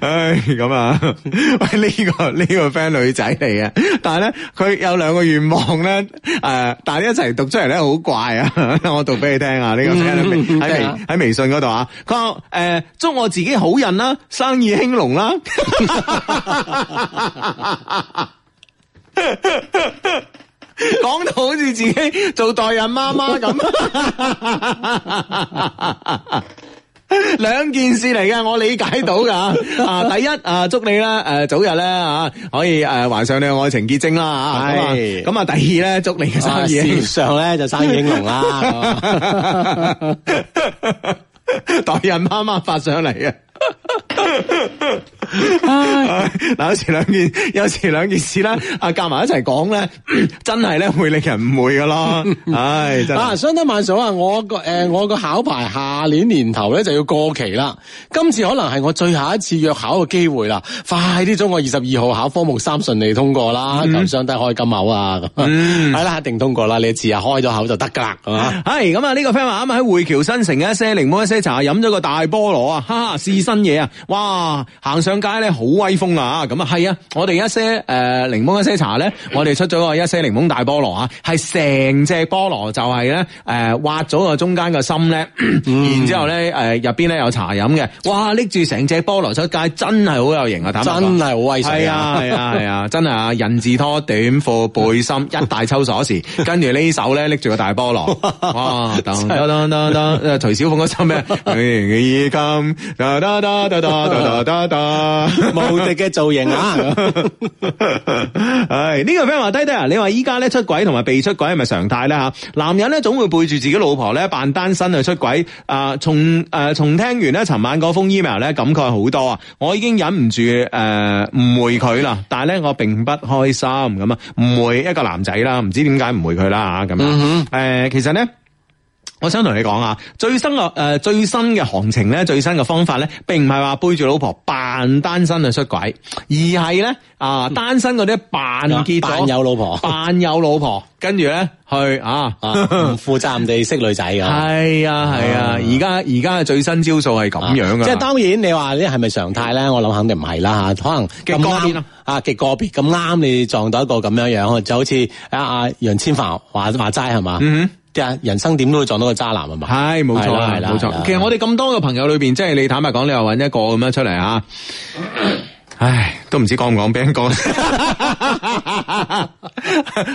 Speaker 1: 唉，咁啊，喂，呢、個 呢、個 friend 女仔嚟嘅，但係咧佢有兩個願望咧，誒、但係一齊讀出嚟咧好怪啊！ 我讀俾你聽啊，呢、個 friend 喺微
Speaker 3: 嗯
Speaker 1: 喺
Speaker 3: 聽
Speaker 1: 微
Speaker 3: 下
Speaker 1: 喺微信嗰度啊，佢話誒祝我自己好人啦，生意興隆啊啦。 講到好似自己做代孕媽媽咁。 兩件事嚟嘅，我理解到噶。 啊，第一啊，祝你啦，诶、早日咧啊，可以诶還上你嘅愛情結晶啦啊。咁啊，
Speaker 3: 係
Speaker 1: 咁啊，第二咧，祝你嘅
Speaker 3: 啊
Speaker 1: 生
Speaker 3: 事業
Speaker 1: 意。
Speaker 3: 上咧就生意興 隆啦。
Speaker 1: 代孕媽媽發上嚟啊嘅。嗱，有時兩件，有時兩件事咧，啊夾埋一齊講咧， 真係咧會令人誤會噶咯。唉，真
Speaker 3: 啊，
Speaker 1: 係。
Speaker 3: 相得萬數啊！我個誒、我個考牌下年年頭咧就要過期啦。今次可能係我最後一次約考嘅機會啦。快啲祝我二十二號考科目三順利通過啦！求相低開金口啊！咁係啦，一定通過啦！你字啊開咗口就得㗎啦，係 嘛？
Speaker 1: 系咁啊！呢個 friend 話啱啱喺匯橋新城嘅一些檸檬一些茶飲咗個大菠蘿啊，哈哈試新嘢啊！哇，行上街街咧好威風啊！咁啊係啊，我哋一些誒檸檬一些茶咧，我哋出咗個一些檸檬大菠蘿啊，係成隻菠蘿就係咧誒挖咗個中間個心 咧，然之後咧誒入邊咧有茶飲嘅，哇！拎住成隻菠蘿出街真係好有型啊！坦白講
Speaker 3: 真係好威水
Speaker 1: 係啊
Speaker 3: 啊！
Speaker 1: 係啊係啊，真係啊！人字拖、短褲、背心，一大抽鎖匙，跟住呢手咧拎住個大菠蘿，哇！噔噔噔噔噔，誒徐小鳳嗰首咩？已咁噠噠噠噠噠噠噠 噠。
Speaker 3: 無敵嘅造 型啊！
Speaker 1: 唉，呢個 friend 話低低啊，你話依家咧出軌同埋被出軌係咪常態咧吓？男人咧總會背住自己老婆咧扮單身去出軌。啊、從诶、從聽完咧尋晚嗰封 email 咧感慨好多啊！我已經忍唔住诶誤會佢啦，但係咧我並不開心咁啊，誤會一個男仔啦，唔知點解誤會佢啦啊吓咁樣。诶、其實咧。我想同你講啊，最新嘅誒、呃最新嘅行情咧，最新嘅方法咧，並唔係話背住老婆扮單身去出軌，而係咧啊單身嗰啲扮結咗
Speaker 3: 嗯扮有老婆
Speaker 1: 扮有老婆，跟住咧去啊。
Speaker 3: 啊唔負責任地識女仔㗎。
Speaker 1: 係啊係啊，而家而家嘅最新招數係咁樣啊噶，
Speaker 3: 啊即係當然你話呢係咪常態咧？我諗肯定唔係啦吓，可能
Speaker 1: 極
Speaker 3: 咁
Speaker 1: 個別
Speaker 3: 啱
Speaker 1: 啊
Speaker 3: 啊，極個別咁啱你撞到一個咁樣樣，就好似啊啊楊千嬅話話齋係嘛，
Speaker 1: 嗯
Speaker 3: 即係人生點都會撞到個渣男係嘛，
Speaker 1: 係冇錯啦
Speaker 3: 係，啦
Speaker 1: 冇
Speaker 3: 係啦
Speaker 1: 錯。其實我哋咁多嘅朋友裏邊，即係你坦白講，你又揾一個咁樣出嚟啊， 唉，都唔知講唔講俾人講，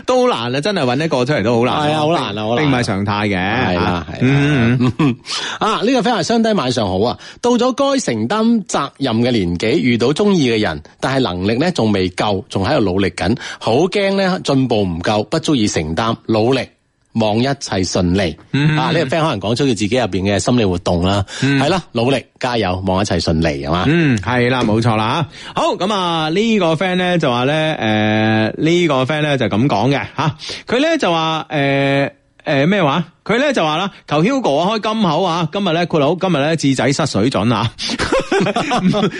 Speaker 1: 都好難啊！真係揾一個出嚟都好難，
Speaker 3: 係啊好難啊好難啊
Speaker 1: 並唔係常態嘅，
Speaker 3: 係啦係啦
Speaker 1: 嗯嗯
Speaker 3: 啊嗯 啊！呢、個 friend 話相低晚上好啊，到咗該承擔責任嘅年紀，遇到中意嘅人，但係能力咧仲未夠，仲喺度努力緊，好驚咧進步唔夠，不足以承擔，努力。望一切順利，啊！呢、個 friend 可能講出佢自己入邊嘅心理活動啦，係啦、努力加油，望一切順利，係嘛？
Speaker 1: 嗯，係啦，冇錯啦吓。好咁啊，呢個 friend 咧就話咧，诶、呢、個 friend 咧就咁講嘅吓，佢咧就話诶。诶咩話？佢咧就話啦，求 Hugo 啊開金口啊！今日咧括佬，今日咧智仔失水準啊！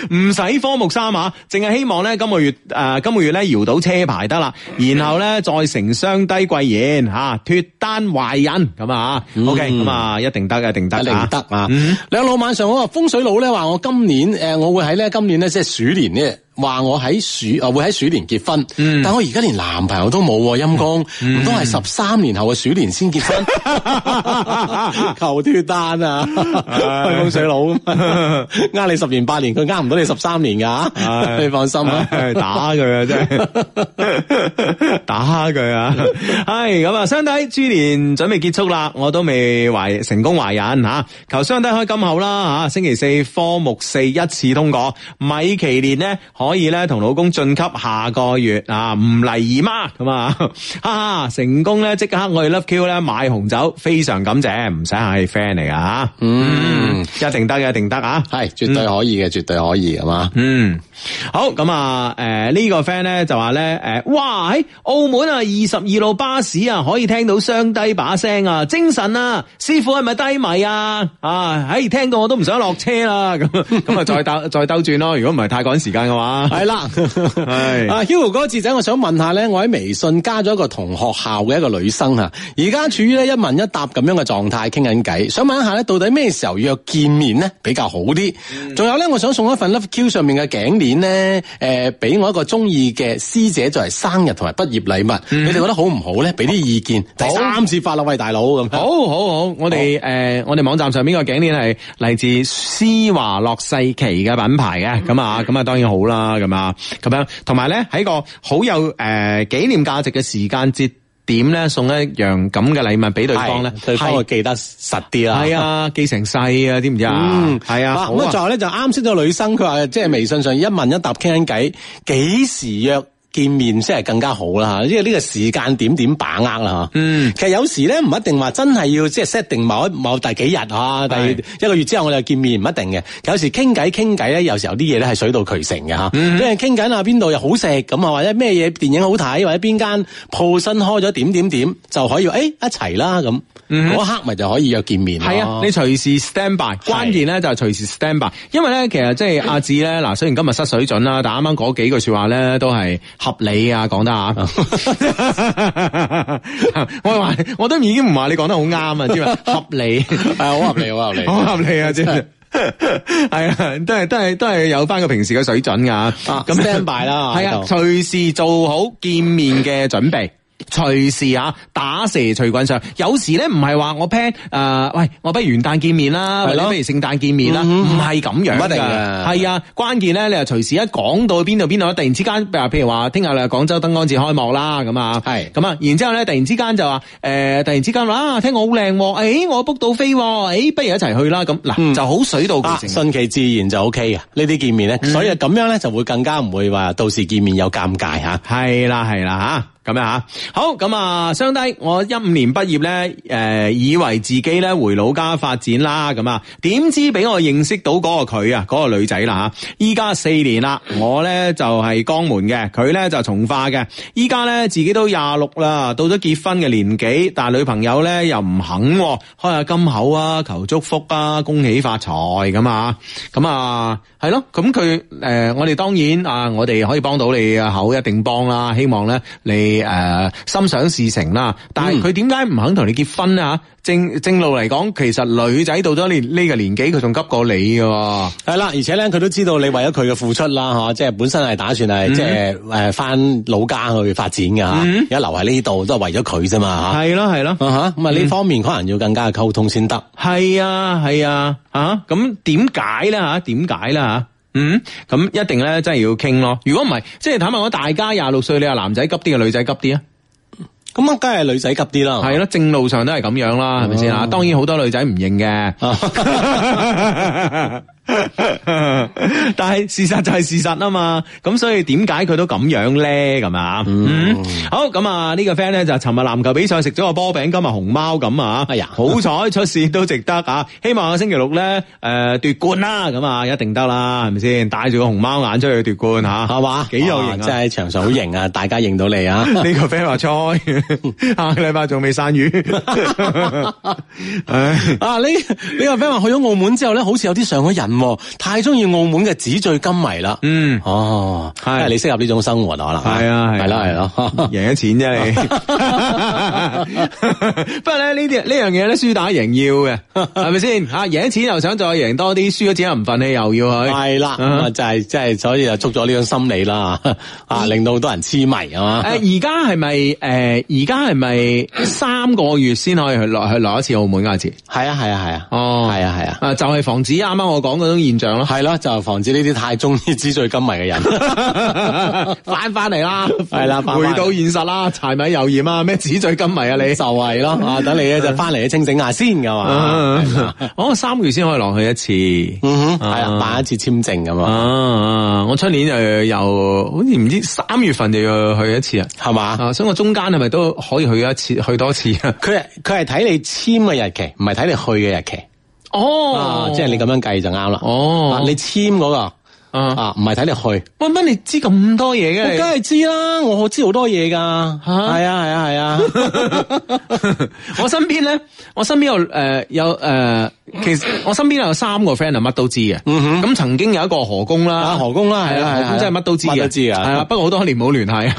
Speaker 1: 唔唔使科目三啊，淨係希望咧今個月誒、呃今個月咧搖到車牌得啦，啊然後咧再成雙低貴言嚇脱單懷孕咁啊！OK，咁啊一定得嘅，一定得，
Speaker 3: 嗯一定得啊
Speaker 1: 嗯！
Speaker 3: 兩老晚上好啊，風水佬咧話我今年誒、呃我會喺咧今年咧即係鼠年咧。話我喺鼠啊會喺鼠年結婚，
Speaker 1: 嗯
Speaker 3: 但我而家連男朋友都冇喎，陰公，唔通係十三年後嘅鼠年先結婚？ 求脱單啊！
Speaker 1: 唉
Speaker 3: 風水 佬，呃你十年八年，佢呃唔到你十三年噶，
Speaker 1: 唉
Speaker 3: 你放心啦。
Speaker 1: 唉打佢啊，真係打佢啊！係咁啊，相弟豬年準備結束啦，我都未懷成功懷孕吓，求相弟開金口啦吓，星期四科目四一次通過，米其年呢，可以咧同老公晉級下個月啊，唔嚟姨媽咁啊， 哈哈，成功咧即刻我哋 Love Q 咧買紅酒，非常感謝，唔使客氣 friend 嚟噶吓，嗯，一定得嘅，一定得啊！
Speaker 3: 係絕對可以嘅，絕對可以，係嘛？
Speaker 1: 嗯，好咁啊，诶、呢、個个 friend 咧就話咧，诶、哇喺澳門啊，二十二路巴士啊，可以聽到雙低把聲啊，精神啊，師傅係咪低迷啊？啊，唉、聽到我都唔想落車啦，咁咁啊，再兜 再兜轉咯，如果唔係太趕時間嘅 話，
Speaker 3: 係啦，
Speaker 1: 係
Speaker 3: 啊，Hugo 哥智仔，我想問下咧，我喺微信加咗一個同學校嘅一個女生啊，而家處於咧一問一答咁樣嘅狀態，傾緊偈，想問一下咧，到底咩時候約見面咧比較好啲？仲、有咧，我想送一份 Love Q 上面嘅頸鏈咧，誒、俾我一個中意嘅師姐作為生日同埋畢業禮物，你哋覺得好唔好咧？俾啲意見。第三次發啦，喂大佬咁。
Speaker 1: 好好好，我哋诶、呃我哋網站上邊個頸鏈係嚟自施華洛世奇嘅品牌嘅，咁啊，咁啊，當然好啦，咁啊，咁樣，同埋咧喺個好有诶紀念價值嘅時間節點咧，送一樣咁嘅禮物俾對
Speaker 3: 係
Speaker 1: 方咧，
Speaker 3: 對方會
Speaker 1: 係
Speaker 3: 記得實啲啦。
Speaker 1: 係啊，記成世啊，知唔知啊
Speaker 3: 嗯，？
Speaker 1: 係啊，好
Speaker 3: 咁啊，最
Speaker 1: 啊
Speaker 3: 後咧就啱識咗女生，佢話即係微信上一問一答傾緊偈，幾時約？見面先係更加好啦嚇，因為呢個時間點點把握啦嚇。嗯，其實有時咧唔一定話真係要即係 set 定某一某第幾日啊，第
Speaker 1: 係
Speaker 3: 一個月之後我哋就見面唔一定嘅。有時傾偈傾偈咧，有時候啲嘢咧係水到渠成嘅嚇。
Speaker 1: 嗯
Speaker 3: 因為傾緊啊邊度又好食咁啊，或者咩嘢電影好睇，或者邊間鋪新開咗點點點，就可以誒、哎一齊啦咁。嗰一刻咪就可以約見面咯。
Speaker 1: 嗯係啊，你隨時 stand by，關鍵咧就係隨時 stand by，因為咧其實即係阿志咧嗱，雖然今日失水準啦，但啱啱嗰幾句说話咧都係合理啊，講得 啊， 我話我都已經唔話你講得好啱啊，知嘛，合理，
Speaker 3: 係好合理，好合理。
Speaker 1: 好合理啊，知唔知？ 係啊，都係都係都係有翻個平時嘅水準噶。
Speaker 3: 咁 stand by 啊 啦
Speaker 1: 係啊
Speaker 3: 喺，度
Speaker 1: 隨時做好見面嘅準備。隨時啊，打蛇隨棍上。有時咧唔係話我 plan 誒、喂，我不如元旦見面啦，或者
Speaker 3: 係咯嗯
Speaker 1: 不如聖誕見面啦，唔係咁樣
Speaker 3: 唔一定
Speaker 1: 㗎
Speaker 3: 㗎
Speaker 1: 係啊，關鍵咧你就隨時一講到邊度邊度，突然之間譬如話聽日啦廣州燈光節開幕啦咁啊，
Speaker 3: 係
Speaker 1: 咁啊，然之後咧突然之間就話誒、突然之間話啊，聽講好靚喎，誒我 book 到飛喎，誒不如一齊去啦咁，嗱、就好嗯水到
Speaker 3: 啊，
Speaker 1: 渠成。
Speaker 3: 順其自然就 O K 嘅呢啲見面咧，所以咁樣咧就會更加唔會話到時見面有尷尬啊吓。
Speaker 1: 系啦系啦吓，咁样吓，好咁啊，相低我一五年畢業咧，诶、以為自己咧回老家發展啦，咁啊，點知俾我認識到嗰個佢啊，嗰、個女仔啦吓，依家四年啦，我咧就係江門嘅，佢咧就從化嘅，依家咧自己都廿六啦，到咗結婚嘅年紀，但係女朋友咧又啊唔肯、喎，開下金口啊，求祝福啊，恭喜發財咁啊，咁啊係咯，咁佢诶，我哋當然啊，我哋可以幫到你啊，口一定幫啦，希望咧你诶、呃心想事成啦。但係佢點解唔肯同你結婚啊？正正路嚟講，其實女仔到咗呢呢個年紀，佢仲急過你嘅喎。啊
Speaker 3: 係啦，而且咧佢都知道你為咗佢嘅付出啦，吓，即係本身係打算
Speaker 1: 嗯
Speaker 3: 係即係诶翻老家去發展嘅吓，而家留喺呢度都係為咗佢啫嘛吓。
Speaker 1: 係咯係咯。
Speaker 3: 啊哈
Speaker 1: 嗯
Speaker 3: 咁啊呢方面可能要更加嘅溝通先得。
Speaker 1: 系啊，系啊，啊咁點解咧吓？點解咧吓？嗯，咁一定咧，真係要傾咯。如果唔係，即係坦白講，大家廿六歲，你話男仔急啲，定女仔急啲啊？
Speaker 3: 咁啊，梗係女仔急啲啦。哦
Speaker 1: 係咯，正路上都係咁樣啦，係咪先啊？當然好多女仔唔認 嘅，但係事實就係事實啊嘛。咁所以點解佢都咁樣咧？咁啊，嗯，好咁啊，呢個 friend 咧就尋日籃球比賽食咗個波餅，今日熊貓咁啊，
Speaker 3: 哎呀
Speaker 1: 好彩出事都值得啊！希望我星期六咧诶奪冠啦，咁啊一定得啦，係咪先？帶住個熊貓眼出去奪冠吓，
Speaker 3: 係嘛？
Speaker 1: 幾有型
Speaker 3: 哇
Speaker 1: 啊！
Speaker 3: 真係場上好型啊！ 大家認到你啊！
Speaker 1: 呢個 friend 話菜，下個禮拜仲未散 魚。唉，
Speaker 3: 啊！呢呢個 friend 話去咗澳門之後咧，好似有啲上咗癮喎，太中意澳門嘅紙醉金迷啦。
Speaker 1: 嗯，
Speaker 3: 哦，
Speaker 1: 係
Speaker 3: 係你適合呢種生活可能
Speaker 1: 係啊，係
Speaker 3: 係啦，係啦。
Speaker 1: 贏咗錢啫你。不過咧呢啲呢樣嘢咧，輸打贏要嘅，係咪先吓？贏咗錢又想再贏多啲，輸咗錢又唔忿氣，又要去。
Speaker 3: 係啦，咁啊就係即係，所以就捉咗呢種心理啦，
Speaker 1: 嗯
Speaker 3: 啊令到好多人痴迷啊嘛
Speaker 1: 诶，。而家係咪诶？而家係咪三個月先可以去落去落一次澳門嗰次？
Speaker 3: 係啊，係啊，係啊，
Speaker 1: 哦
Speaker 3: 係啊，係啊，
Speaker 1: 啊，就係防止啱啱我講嗰種現象咯。
Speaker 3: 係啦，就係防止呢啲太中意紙醉金迷嘅 人。
Speaker 1: 翻翻嚟啦，
Speaker 3: 係啦翻返
Speaker 1: 回
Speaker 3: 嚟
Speaker 1: 到現實啦，柴米油鹽啊，咩紙醉金迷啊你
Speaker 3: 就。係咯，啊等你咧就翻嚟清醒下先噶
Speaker 1: 啊
Speaker 3: 嘛。係啦
Speaker 1: 我嗯哦三個月先可以落去一次。
Speaker 3: 嗯哼，係啊，辦一次簽證咁
Speaker 1: 啊
Speaker 3: 嘛，
Speaker 1: 啊！我出年又又好似唔知三月份就要去一次啊。
Speaker 3: 係嘛。
Speaker 1: 啊，所以我中間係咪都可以去一次，去多次啊？
Speaker 3: 佢係佢系睇你簽嘅日期，唔係睇你去嘅日期。啊
Speaker 1: 哦，
Speaker 3: 即係你咁樣計就啱啦。
Speaker 1: 哦
Speaker 3: 啊你簽嗰個
Speaker 1: 啊，
Speaker 3: 啊，唔係睇你去。
Speaker 1: 喂，乜你知咁多嘢
Speaker 3: 我
Speaker 1: 嘅？
Speaker 3: 梗
Speaker 1: 你
Speaker 3: 係知啦，我知好多嘢噶。
Speaker 1: 嚇
Speaker 3: 係啊，係啊，係啊。
Speaker 1: 我身邊咧，我身邊有誒、呃有誒、呃其實我身邊有三個 friend 係乜都知嘅。咁、曾經有一個何工啦，
Speaker 3: 嗯啊何工啦
Speaker 1: 係
Speaker 3: 係啊係啊
Speaker 1: 何工真係乜都知嘅，
Speaker 3: 乜都知啊
Speaker 1: 係啊，不過好多年冇聯 繫，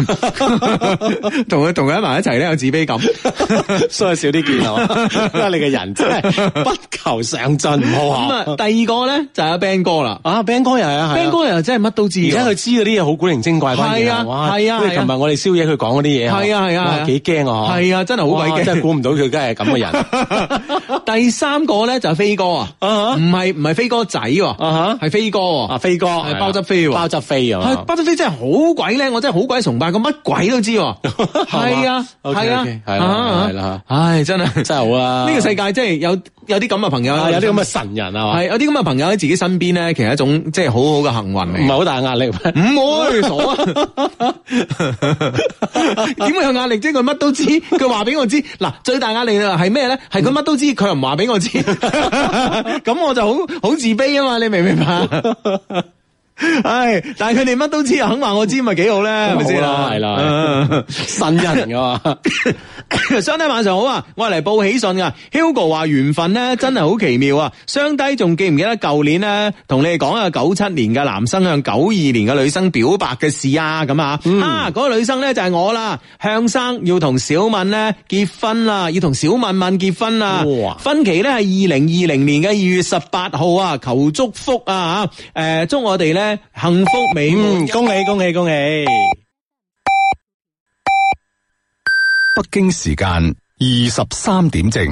Speaker 1: 同佢同佢喺埋一齊咧有自卑感。
Speaker 3: 所以少啲見啊， 因為你嘅人真係不求上進，唔好
Speaker 1: 咁
Speaker 3: 啊
Speaker 1: 啊，。第二個咧就係阿 Ben 哥啦
Speaker 3: 啊，Ben 哥又係啊係啊
Speaker 1: Ben 哥又真係乜都知
Speaker 3: 而
Speaker 1: 嘅，
Speaker 3: 家佢知嗰啲嘢好古靈精怪翻
Speaker 1: 係啊係啊
Speaker 3: 因為
Speaker 1: 係啊
Speaker 3: 琴日我哋宵夜佢講嗰啲嘢，
Speaker 1: 係啊係啊
Speaker 3: 哇
Speaker 1: 係啊
Speaker 3: 幾驚啊，
Speaker 1: 係啊真係好鬼
Speaker 3: 哇
Speaker 1: 驚
Speaker 3: 真係估唔到佢梗係咁嘅人
Speaker 1: 第三個咧就係飛哥啊，
Speaker 3: 啊
Speaker 1: 唔係唔係飛哥仔喎
Speaker 3: 哈，
Speaker 1: 係飛哥喎
Speaker 3: 啊，飛哥
Speaker 1: 係包汁飛喎
Speaker 3: 包汁飛啊
Speaker 1: 係
Speaker 3: 嘛，
Speaker 1: 巴德飛真係好鬼叻，我真係好鬼崇拜，佢乜鬼都知 喎。係啊，
Speaker 3: OK，OK，
Speaker 1: 係啊，
Speaker 3: 係啦
Speaker 1: 啊
Speaker 3: 係啦
Speaker 1: 唉，真係
Speaker 3: 真係好啊
Speaker 1: 呢個世界真係有有啲咁嘅朋友，
Speaker 3: 啊有啲咁嘅神人啊嘛
Speaker 1: 係，有啲咁嘅朋友喺自己身邊咧，其實係一種即係好好嘅幸運
Speaker 3: 唔係
Speaker 1: 嚟。
Speaker 3: 好大 壓力。
Speaker 1: 唔會傻啊！點會有壓力啫？佢乜都知，佢話俾我知。嗱，最大壓力係咩咧？係佢乜都知， 佢又唔話俾 我知，咁我就好好自卑啊嘛！你明唔明白？唉，但系佢哋乜都知，肯話我知咪幾好咧，係咪先啊？
Speaker 3: 好啦係啦
Speaker 1: 嗯
Speaker 3: 新人噶嘛，
Speaker 1: 相低晚上好啊，我係嚟報喜訊噶。Hugo 話緣分咧真係好奇妙啊！相低仲記唔記得舊年咧同你哋講啊九七年嘅男生向九二年嘅女生表白嘅事啊咁啊、
Speaker 3: 嗯
Speaker 1: 啊嗰、個女生咧就係我啦，向生要同小敏咧結婚啦，要同小敏敏結婚啦
Speaker 3: 哇。
Speaker 1: 分期咧係二零二零年嘅二月十八號啊，求祝福啊吓，诶、祝我哋咧幸福美滿。
Speaker 3: 嗯，恭喜恭喜恭喜！
Speaker 4: 北京时间二十三点正。